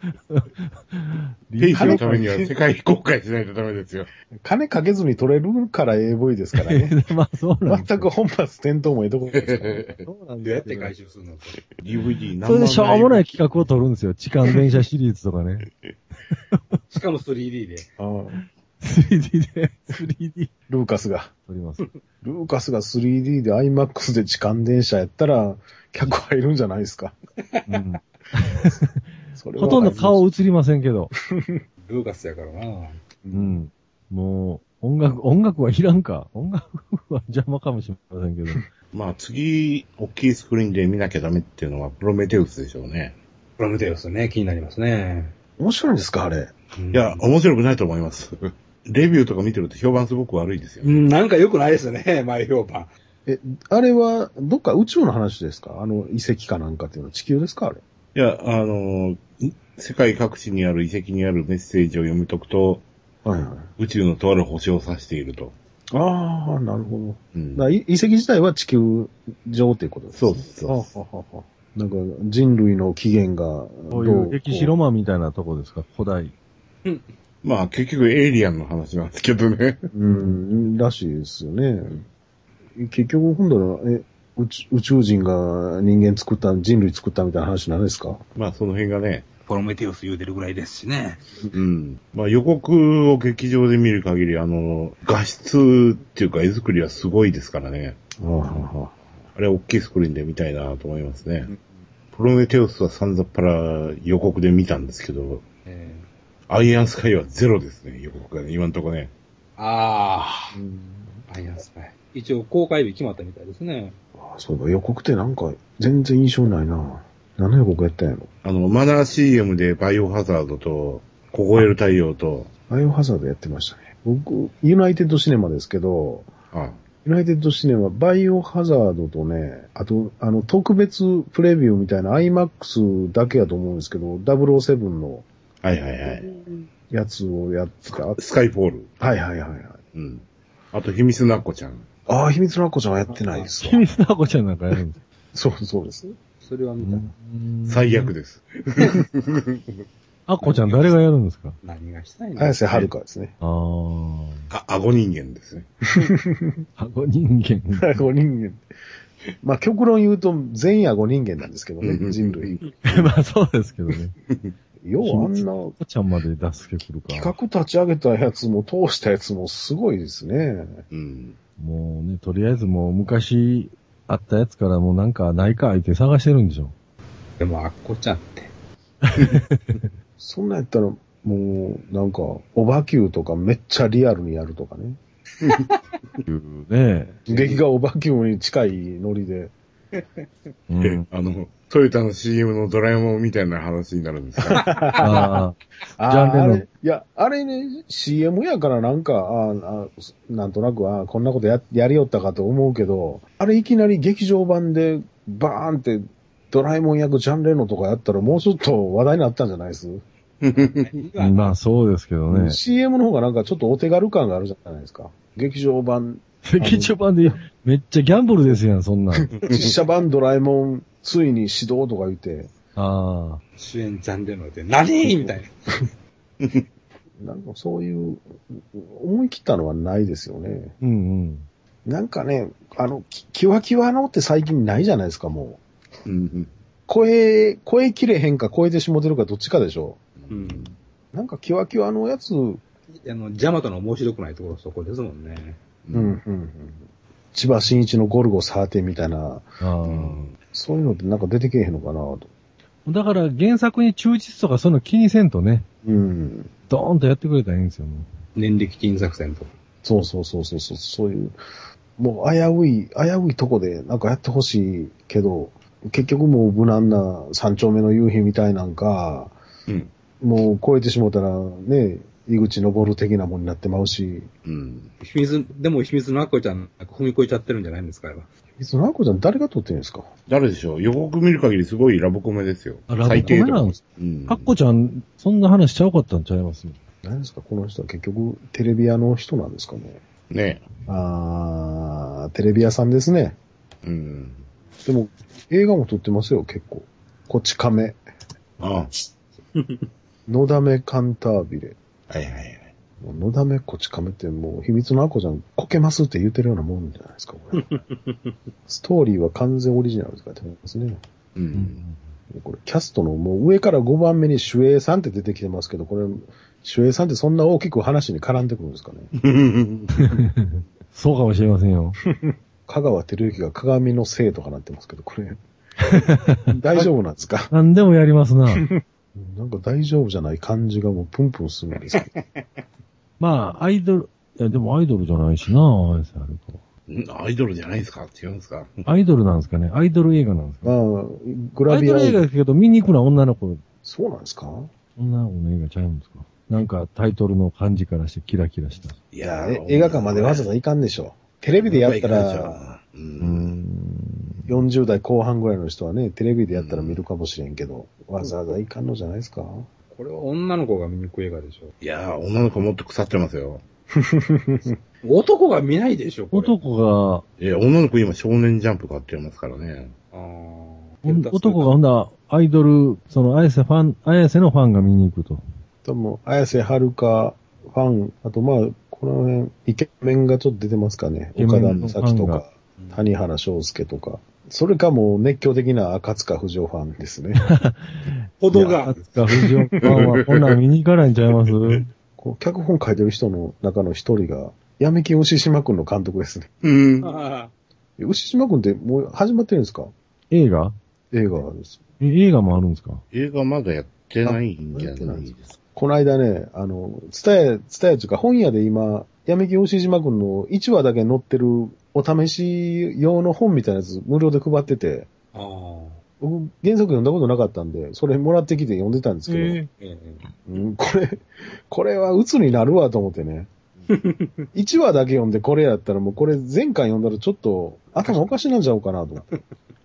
Speaker 2: 兵士のためには世界公開しないとダメですよ。
Speaker 5: 金かけずに取れるから AV ですから ね。
Speaker 4: まあ、そうなんです
Speaker 5: 全く本末転倒もええとこですからね。
Speaker 4: そうなん
Speaker 7: どうや
Speaker 4: で
Speaker 7: って
Speaker 4: すけど
Speaker 7: 回収するの
Speaker 2: DVD 何
Speaker 4: それでしょうもない企画を撮るんですよ。痴漢電車シリーズとかね。
Speaker 7: しかも 3D で。
Speaker 5: うん
Speaker 4: 3D で、3D
Speaker 5: ルーカスが。
Speaker 4: 撮ります。
Speaker 5: ルーカスが 3D で IMAX で痴漢電車やったら、客入るんじゃないですか。
Speaker 4: うん
Speaker 5: それは
Speaker 4: ほとんど顔映りませんけど。
Speaker 7: ルーカスやからな。
Speaker 5: う。
Speaker 4: うんん。もう、音楽、音楽はいらんか。音楽は邪魔かもしれませんけど。
Speaker 2: まあ次、大きいスクリーンで見なきゃダメっていうのはプロメテウスでしょうね。
Speaker 7: プロメテウスね、気になりますね。
Speaker 5: 面白いんですか、あれ。
Speaker 7: うん
Speaker 2: いや、面白くないと思います。レビューとか見てると評判すごく悪いですよ
Speaker 7: う。ん、なんか良くないですよね、 前評判。
Speaker 5: あれは、どっか宇宙の話ですかあの遺跡かなんかっていうのは地球ですかあれ。
Speaker 2: いや、あの、世界各地にある遺跡にあるメッセージを読み解くと、
Speaker 5: はいはい。
Speaker 2: 宇宙のとある星を指していると。
Speaker 5: ああ、なるほ
Speaker 2: う
Speaker 5: ど。
Speaker 2: ん
Speaker 5: だからい遺跡自体は地球上っていうことです
Speaker 2: そう
Speaker 5: ね。
Speaker 2: そうそう。
Speaker 5: ははははなんか人類の起源がど
Speaker 4: こういう
Speaker 5: う
Speaker 4: 歴史ロマンみたいなとこですか古代。
Speaker 2: まあ結局エイリアンの話なんですけどね。
Speaker 5: うん、らしいですよね。結局、今度は、え、宇宙宇宙人が人間作った、人類作ったみたいな話なんですか
Speaker 2: まあその辺がね。
Speaker 7: プロメテウス言うてるぐらいですしね。
Speaker 2: うん。まあ予告を劇場で見る限り、あの、画質っていうか絵作りはすごいですからね。
Speaker 5: ああ、
Speaker 2: あれは大きいスクリーンで見たいなと思いますね。プロメテウスは散々っぱら予告で見たんですけど、
Speaker 7: え
Speaker 2: アイアンスカイはゼロですね、予告がね。今んとこね。
Speaker 7: ー、ああ、アイアンスパイ。一応公開日決まったみたいですね。
Speaker 5: あそうだ、予告ってなんか全然印象ないな。何の予告やったんやろ
Speaker 2: あの、マナー CM でバイオハザードと、凍える太陽と、
Speaker 5: バイオハザードやってましたね。僕、ユナイテッドシネマですけど、
Speaker 2: あ、
Speaker 5: ユナイテッドシネマ、バイオハザードとね、あと、あの、特別プレビューみたいな IMAX だけやと思うんですけど、007の
Speaker 2: はいはいはい。
Speaker 5: やつをやってた。
Speaker 2: スカイフォール。
Speaker 5: はいはいはいはい。
Speaker 2: うん。あと、秘密のアッコちゃん。
Speaker 5: ああ、秘密のアッコちゃんはやってないですわ
Speaker 4: 秘。密の箱ちゃんなんかやるんです
Speaker 5: そうそうです。
Speaker 7: それは見た。
Speaker 2: 最悪です。
Speaker 4: あこちゃん誰がやるんですか
Speaker 7: 何がしたいの
Speaker 5: 綾瀬はるかですね。
Speaker 4: あー。
Speaker 2: あ、顎人間ですね。
Speaker 4: 顎人間。
Speaker 5: 5人間。まあ、極論言うと、全員は5人間なんですけど
Speaker 2: うんうん
Speaker 5: ね、人類。
Speaker 4: まあそうですけどね。
Speaker 5: ようあんな
Speaker 4: あこちゃんまで出すけくる
Speaker 5: 企
Speaker 4: か。
Speaker 5: 画立ち上げたやつも通したやつもすごいですね。
Speaker 2: うん。
Speaker 4: もうね、とりあえずもう昔あったやつからもうなんかないか相手探してるんでしょ。
Speaker 7: でも、あっこちゃん って。
Speaker 5: そんなんやったら、もう、なんか、オバキューとかめっちゃリアルにやるとかね。
Speaker 4: いうね。
Speaker 5: 劇がオバキューに近いノリで。
Speaker 4: う
Speaker 2: え
Speaker 4: ん、
Speaker 2: あの、トヨタの CM のドラえもんみたいな話になるんですか
Speaker 4: あ
Speaker 5: あ
Speaker 4: ジャン
Speaker 5: ー
Speaker 4: ルの
Speaker 5: あれ、いや、あれね、CM やからなんか、あーあーなんとなく、あーこんなことや、やりよったかと思うけど、あれいきなり劇場版で、バーンって、ドラえもん役ジャンレノとかやったらもうちょっと話題になったんじゃないです、
Speaker 4: あ、まあそうですけどね。
Speaker 5: ?CM の方がなんかちょっとお手軽感があるじゃないですか。劇場 版、
Speaker 4: 劇場版でめっちゃギャンブルですやん、そんなん。
Speaker 5: 実写版ドラえもん、ついに始動とか言って、
Speaker 4: ああ。
Speaker 7: 主演ジャンレノで、何みたいな。
Speaker 5: なんかそういう、思い切ったのはないですよね。
Speaker 4: うんうん。
Speaker 5: なんかね、あの、きキワキワのって最近ないじゃないですか、もう。
Speaker 2: うん
Speaker 5: 声、声切れへんか超えてしもてるかどっちかでしょ。
Speaker 7: うん。
Speaker 5: なんかキワキワのやつ、うん、
Speaker 7: あの、ジャマトの面白くないところそこですもんね。
Speaker 2: う。
Speaker 5: うんん。千葉真一のゴルゴ13みたいな、
Speaker 4: ああ。
Speaker 5: そういうのってなんか出てけえへんのかなと。
Speaker 4: だから原作に忠実とかそういうの気にせんとね、
Speaker 5: うん。
Speaker 4: ドーンとやってくれたらいいんですよ、も
Speaker 7: 年力金作戦とか。
Speaker 5: そうそうそうそうそう、そういう、もう危うい、危ういとこでなんかやってほしいけど、結局もう無難な三丁目の夕日みたいなんか、
Speaker 2: うん。
Speaker 5: もう超えてしもたらね、井口登る的なもんになってまうし、
Speaker 2: うん。
Speaker 7: 秘密、でも秘密のアッコちゃん、踏み越えちゃってるんじゃないんですか、あれは。
Speaker 5: いつのあこちゃん誰が撮ってるんですか
Speaker 2: 誰でしょう予告見る限りすごいラブコメですよ。
Speaker 4: あラブコメ
Speaker 2: と
Speaker 4: なんです
Speaker 2: うん
Speaker 4: う。かっこちゃん、そんな話しちゃうかったんちゃいます
Speaker 5: 何ですかこの人は結局テレビ屋の人なんですかね
Speaker 2: ね
Speaker 5: あー、テレビ屋さんですね。
Speaker 2: うん。
Speaker 5: でも映画も撮ってますよ、結構。こち亀、
Speaker 2: あ
Speaker 5: のだめカンタービレ。
Speaker 2: はいはいはい。
Speaker 5: もうのだめこち亀ってもう秘密のアコちゃんこけますって言ってるようなもんじゃないですか、これ。ストーリーは完全オリジナルって書いてますね。
Speaker 2: う。。
Speaker 4: うん
Speaker 5: これキャストのもう上から5番目に主演さんって出てきてますけど、これ、主演さんってそんな大きく話に絡んでくるんですかね。
Speaker 4: そうかもしれません よ。
Speaker 5: 香川照之が鏡のせいとかなってますけど、これ、大丈夫なんですか
Speaker 4: 何でもやりますな。
Speaker 5: なんか大丈夫じゃない感じがもうプンプンするんですけど。
Speaker 4: まあ、アイドル、いや、でもアイドルじゃないしな、あれさあれと
Speaker 2: うん アイドルじゃないですか違うんですか
Speaker 4: アイドルなんですかね。アイドル映画なんですか。
Speaker 5: まあ、グ
Speaker 4: ア
Speaker 5: ラ
Speaker 4: イ
Speaker 5: ビ
Speaker 4: ド
Speaker 5: ア
Speaker 4: ル映画ですけど、見に行くのは女の子、
Speaker 5: そうなんですか
Speaker 4: 女の子の映画ちゃうんですか。なんかタイトルの感じからしてキラキラした。
Speaker 2: い
Speaker 5: いや、え映画館までわざわざ行かんでしょ。テレビでやったら、
Speaker 2: う。
Speaker 4: うんん。
Speaker 5: 40代後半ぐらいの人はね、テレビでやったら見るかもしれんけど、わざわざいかんのじゃないですか
Speaker 3: これは女の子が見に行く映画でしょ。
Speaker 2: いやー、女の子もっと腐ってますよ。
Speaker 3: 男が見ないでしょ、これ。
Speaker 4: 男が、
Speaker 2: えー、女の子今少年ジャンプ買ってますからね。
Speaker 3: あー
Speaker 4: 男がほんだ、アイドル、その、綾瀬ファン、綾瀬のファンが見に行くと。
Speaker 5: 多分、綾瀬はるか、ファン、あとまあ、この辺、イケメンがちょっと出てますかね。
Speaker 4: イケ
Speaker 5: 岡
Speaker 4: メ
Speaker 5: 田
Speaker 4: ンの
Speaker 5: 美咲と
Speaker 4: ファン
Speaker 5: か
Speaker 4: が、
Speaker 5: 谷原章介とか。それかもう熱狂的な赤塚不二夫ファンです ね。
Speaker 3: ほど
Speaker 4: あ
Speaker 3: が。
Speaker 4: つか、藤岡ファンは、こんなん見に行かないんちゃ います
Speaker 5: こう脚本書いてる人の中の一人が、闇金牛島くんの監督ですね。
Speaker 2: うん。
Speaker 3: あ
Speaker 5: え牛島くんってもう始まってるんですか
Speaker 4: 映画
Speaker 5: 映画です。
Speaker 4: え映画もあるんですか
Speaker 2: 映画まだやってないんじゃないですか。
Speaker 5: この間ね、あの、つたや、つたやというか本屋で今、闇金牛島くんの1話だけ載ってるお試し用の本みたいなやつ無料で配ってて、
Speaker 3: あー。
Speaker 5: 僕原作読んだことなかったんで、それもらってきて読んでたんですけど、
Speaker 3: ええ
Speaker 5: うん、これ、これは鬱になるわと思って ね。1話だけ読んでこれやったらもうこれ前回読んだらちょっと頭おかしなんちゃうかなと思って。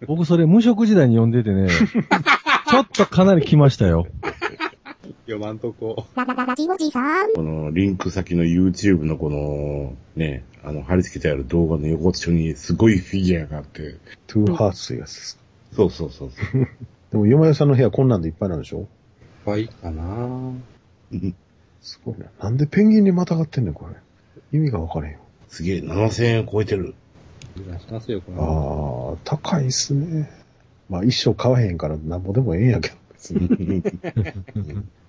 Speaker 4: 僕それ無職時代に読んでて ね、ちょっとかなり来ましたよ。
Speaker 3: 読まんとこ。
Speaker 6: ララララジオジさん。
Speaker 2: このリンク先の YouTube のこの、ね、あの、貼り付けてある動画の横っちょにすごいフィギュアがあって。
Speaker 5: トゥーハーツというやつです。
Speaker 2: そうそうそうそう。
Speaker 5: でも、よまよさんの部屋こんなんでいっぱいなんでしょ
Speaker 3: はいかな
Speaker 5: すごいね。なんでペンギンにまたがってんねん、これ。意味がわからへんよ。
Speaker 2: すげえ、7000円超えてる。
Speaker 3: 出しますよ、これ。
Speaker 5: ああ、高いっすね。まあ、一生買わへんからなんぼでもええんやけど、別に。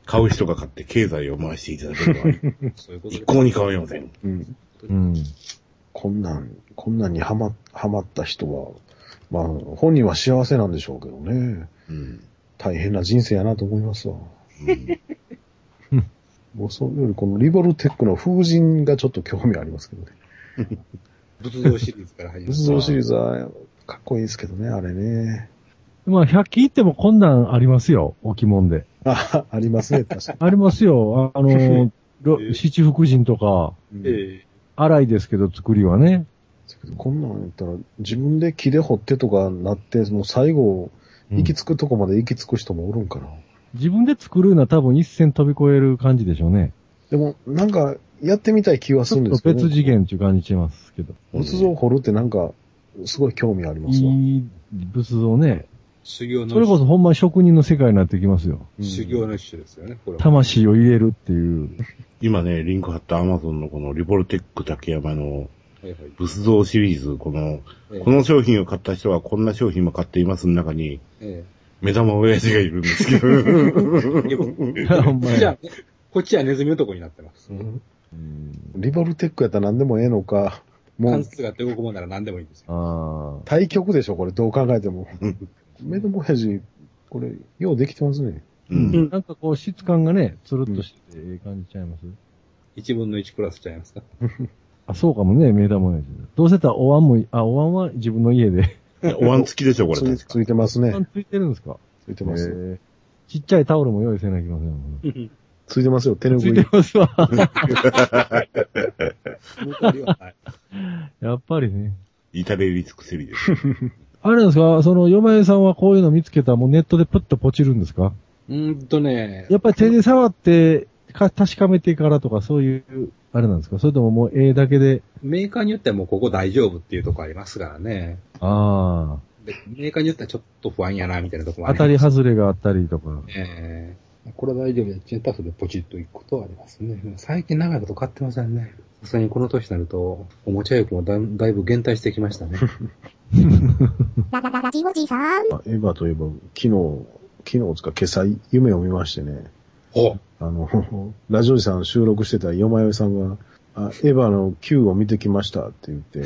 Speaker 2: 買う人が買って経済を回していただければ、
Speaker 3: そういうこと
Speaker 2: 一
Speaker 3: で
Speaker 2: 向に買えません。
Speaker 5: うん。
Speaker 4: うん。
Speaker 5: こんなん、こんなんにはま、はまった人は、まあ、本人は幸せなんでしょうけどね。
Speaker 2: うん。
Speaker 5: 大変な人生やなと思いますわ。
Speaker 2: うん
Speaker 5: もうそれよりこのリボルテックの風神がちょっと興味ありますけどね。
Speaker 3: 仏像シリーズから始まる。
Speaker 5: 仏像シリーズはかっこいいですけどね、あれね。
Speaker 4: まあ、100均行ってもこんなんありますよ、置物で。
Speaker 5: あ、ありますね、確か
Speaker 4: ありますよ、あ あの、ろ七福神とか、
Speaker 5: に。
Speaker 3: え
Speaker 4: 荒いですけど作りはね。
Speaker 5: こんなんやったら、自分で木で掘ってとかなって、もう最後、
Speaker 4: うん
Speaker 5: 行き着くとこまで行き着く人もおるんかな。
Speaker 4: 自分で作るのは多分一線飛び越える感じでしょうね。
Speaker 5: でも、なんか、やってみたい気はす
Speaker 4: ちょ
Speaker 5: るん
Speaker 4: っ
Speaker 5: で
Speaker 4: と
Speaker 5: すけど、ね。
Speaker 4: 別次元っていう感じしますけど。
Speaker 5: 仏像掘るってなんか、すごい興味ありますわ。
Speaker 4: いい仏像ね。
Speaker 3: 修行の、
Speaker 4: それこそほんま職人の世界になってきますよ。
Speaker 5: うん
Speaker 3: 修行の一種ですよね、これは。
Speaker 4: 魂を入れるっていう。
Speaker 2: 今ね、リンク貼ったアマゾンのこのリボルテック竹山の
Speaker 3: はいはい
Speaker 2: 仏像シリーズ、この、
Speaker 3: ええ
Speaker 2: この商品を買った人はこんな商品も買っていますの中に、
Speaker 3: え
Speaker 2: 目玉親父がいるんですけど。
Speaker 3: えで も
Speaker 4: ほ
Speaker 3: こ
Speaker 4: んま
Speaker 3: っちは
Speaker 4: や。
Speaker 3: ね、こっちはネズミ男になってます。
Speaker 5: うん
Speaker 4: うん
Speaker 5: リボルテックやったら何でもええのか。も
Speaker 3: 関
Speaker 5: う、
Speaker 3: 節が手こもんなら何でもいいんですよ。
Speaker 4: ああ。
Speaker 5: 対局でしょ、これ。どう考えても
Speaker 2: うん。
Speaker 5: 目のもやじ、これ、ようできてますね。
Speaker 2: うん
Speaker 4: なんかこう質感がね、つるっとしてて、ええ感じちゃいます
Speaker 3: 一分の一クラスちゃいますか。
Speaker 4: あ、そうかもね、目玉親父。どうせやったらお椀も、あ、お椀は自分の家で。
Speaker 2: いやお椀付きでしょ、これ
Speaker 5: つい
Speaker 2: 確
Speaker 5: ついてますね。
Speaker 4: ついてるんですか
Speaker 5: ついてます。
Speaker 4: へえちっちゃいタオルも用意せなきゃいけませんもんね。
Speaker 5: ついてますよ、手ぬ
Speaker 4: つい
Speaker 5: ぐ
Speaker 4: て
Speaker 5: い。
Speaker 4: ますわ。
Speaker 3: 残りはない
Speaker 4: やっぱりね。
Speaker 2: 至れり尽くせりです。
Speaker 4: あれなんですかその、ヨマエさんはこういうの見つけたらもうネットでプッとポチるんですか
Speaker 3: うーんとね、
Speaker 4: やっぱり手で触って、か、確かめてからとかそういう、あれなんですかそれとももう絵だけで、
Speaker 3: メーカーによってはもうここ大丈夫っていうとこありますからね。
Speaker 4: あ
Speaker 3: でメーカーによってはちょっと不安やな、みたいなとこも
Speaker 4: あ、
Speaker 3: あ
Speaker 4: 当
Speaker 3: り
Speaker 4: た
Speaker 3: ます。
Speaker 4: り外れがあったりとか。
Speaker 3: ええこれは大丈夫で、チェンタフでポチッと行くことはありますね。最近長いこと買ってませんね。さすがにこの年になると、おもちゃ欲もだだいぶ減退してきました ね。
Speaker 6: ララララジオジさん。
Speaker 5: あエヴァといえば、昨日、昨日つか今朝夢を見ましてね。
Speaker 3: お
Speaker 5: あの、ラジオさん収録してたよまよいさんが、あエヴァの Q を見てきましたって言って、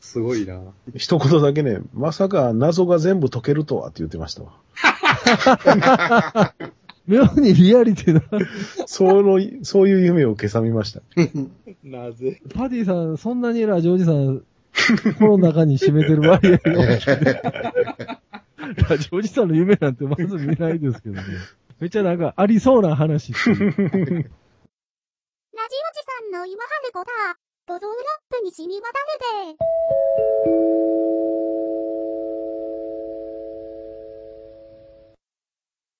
Speaker 3: すごいな。
Speaker 5: 一言だけね、まさか謎が全部解けるとはって言ってましたわ。
Speaker 4: 妙にリアリティな。
Speaker 5: その、そういう夢を今朝見ました。
Speaker 3: なぜ
Speaker 4: パディさん、そんなにラジオおじさん、心の中に占めてる割合が大きい ラジオおじさんの夢なんてまず見ないですけどね。めっちゃなんかありそうな話っていう。
Speaker 6: ラジオジさんの今春子だ。土蔵ラップに染み渡るで。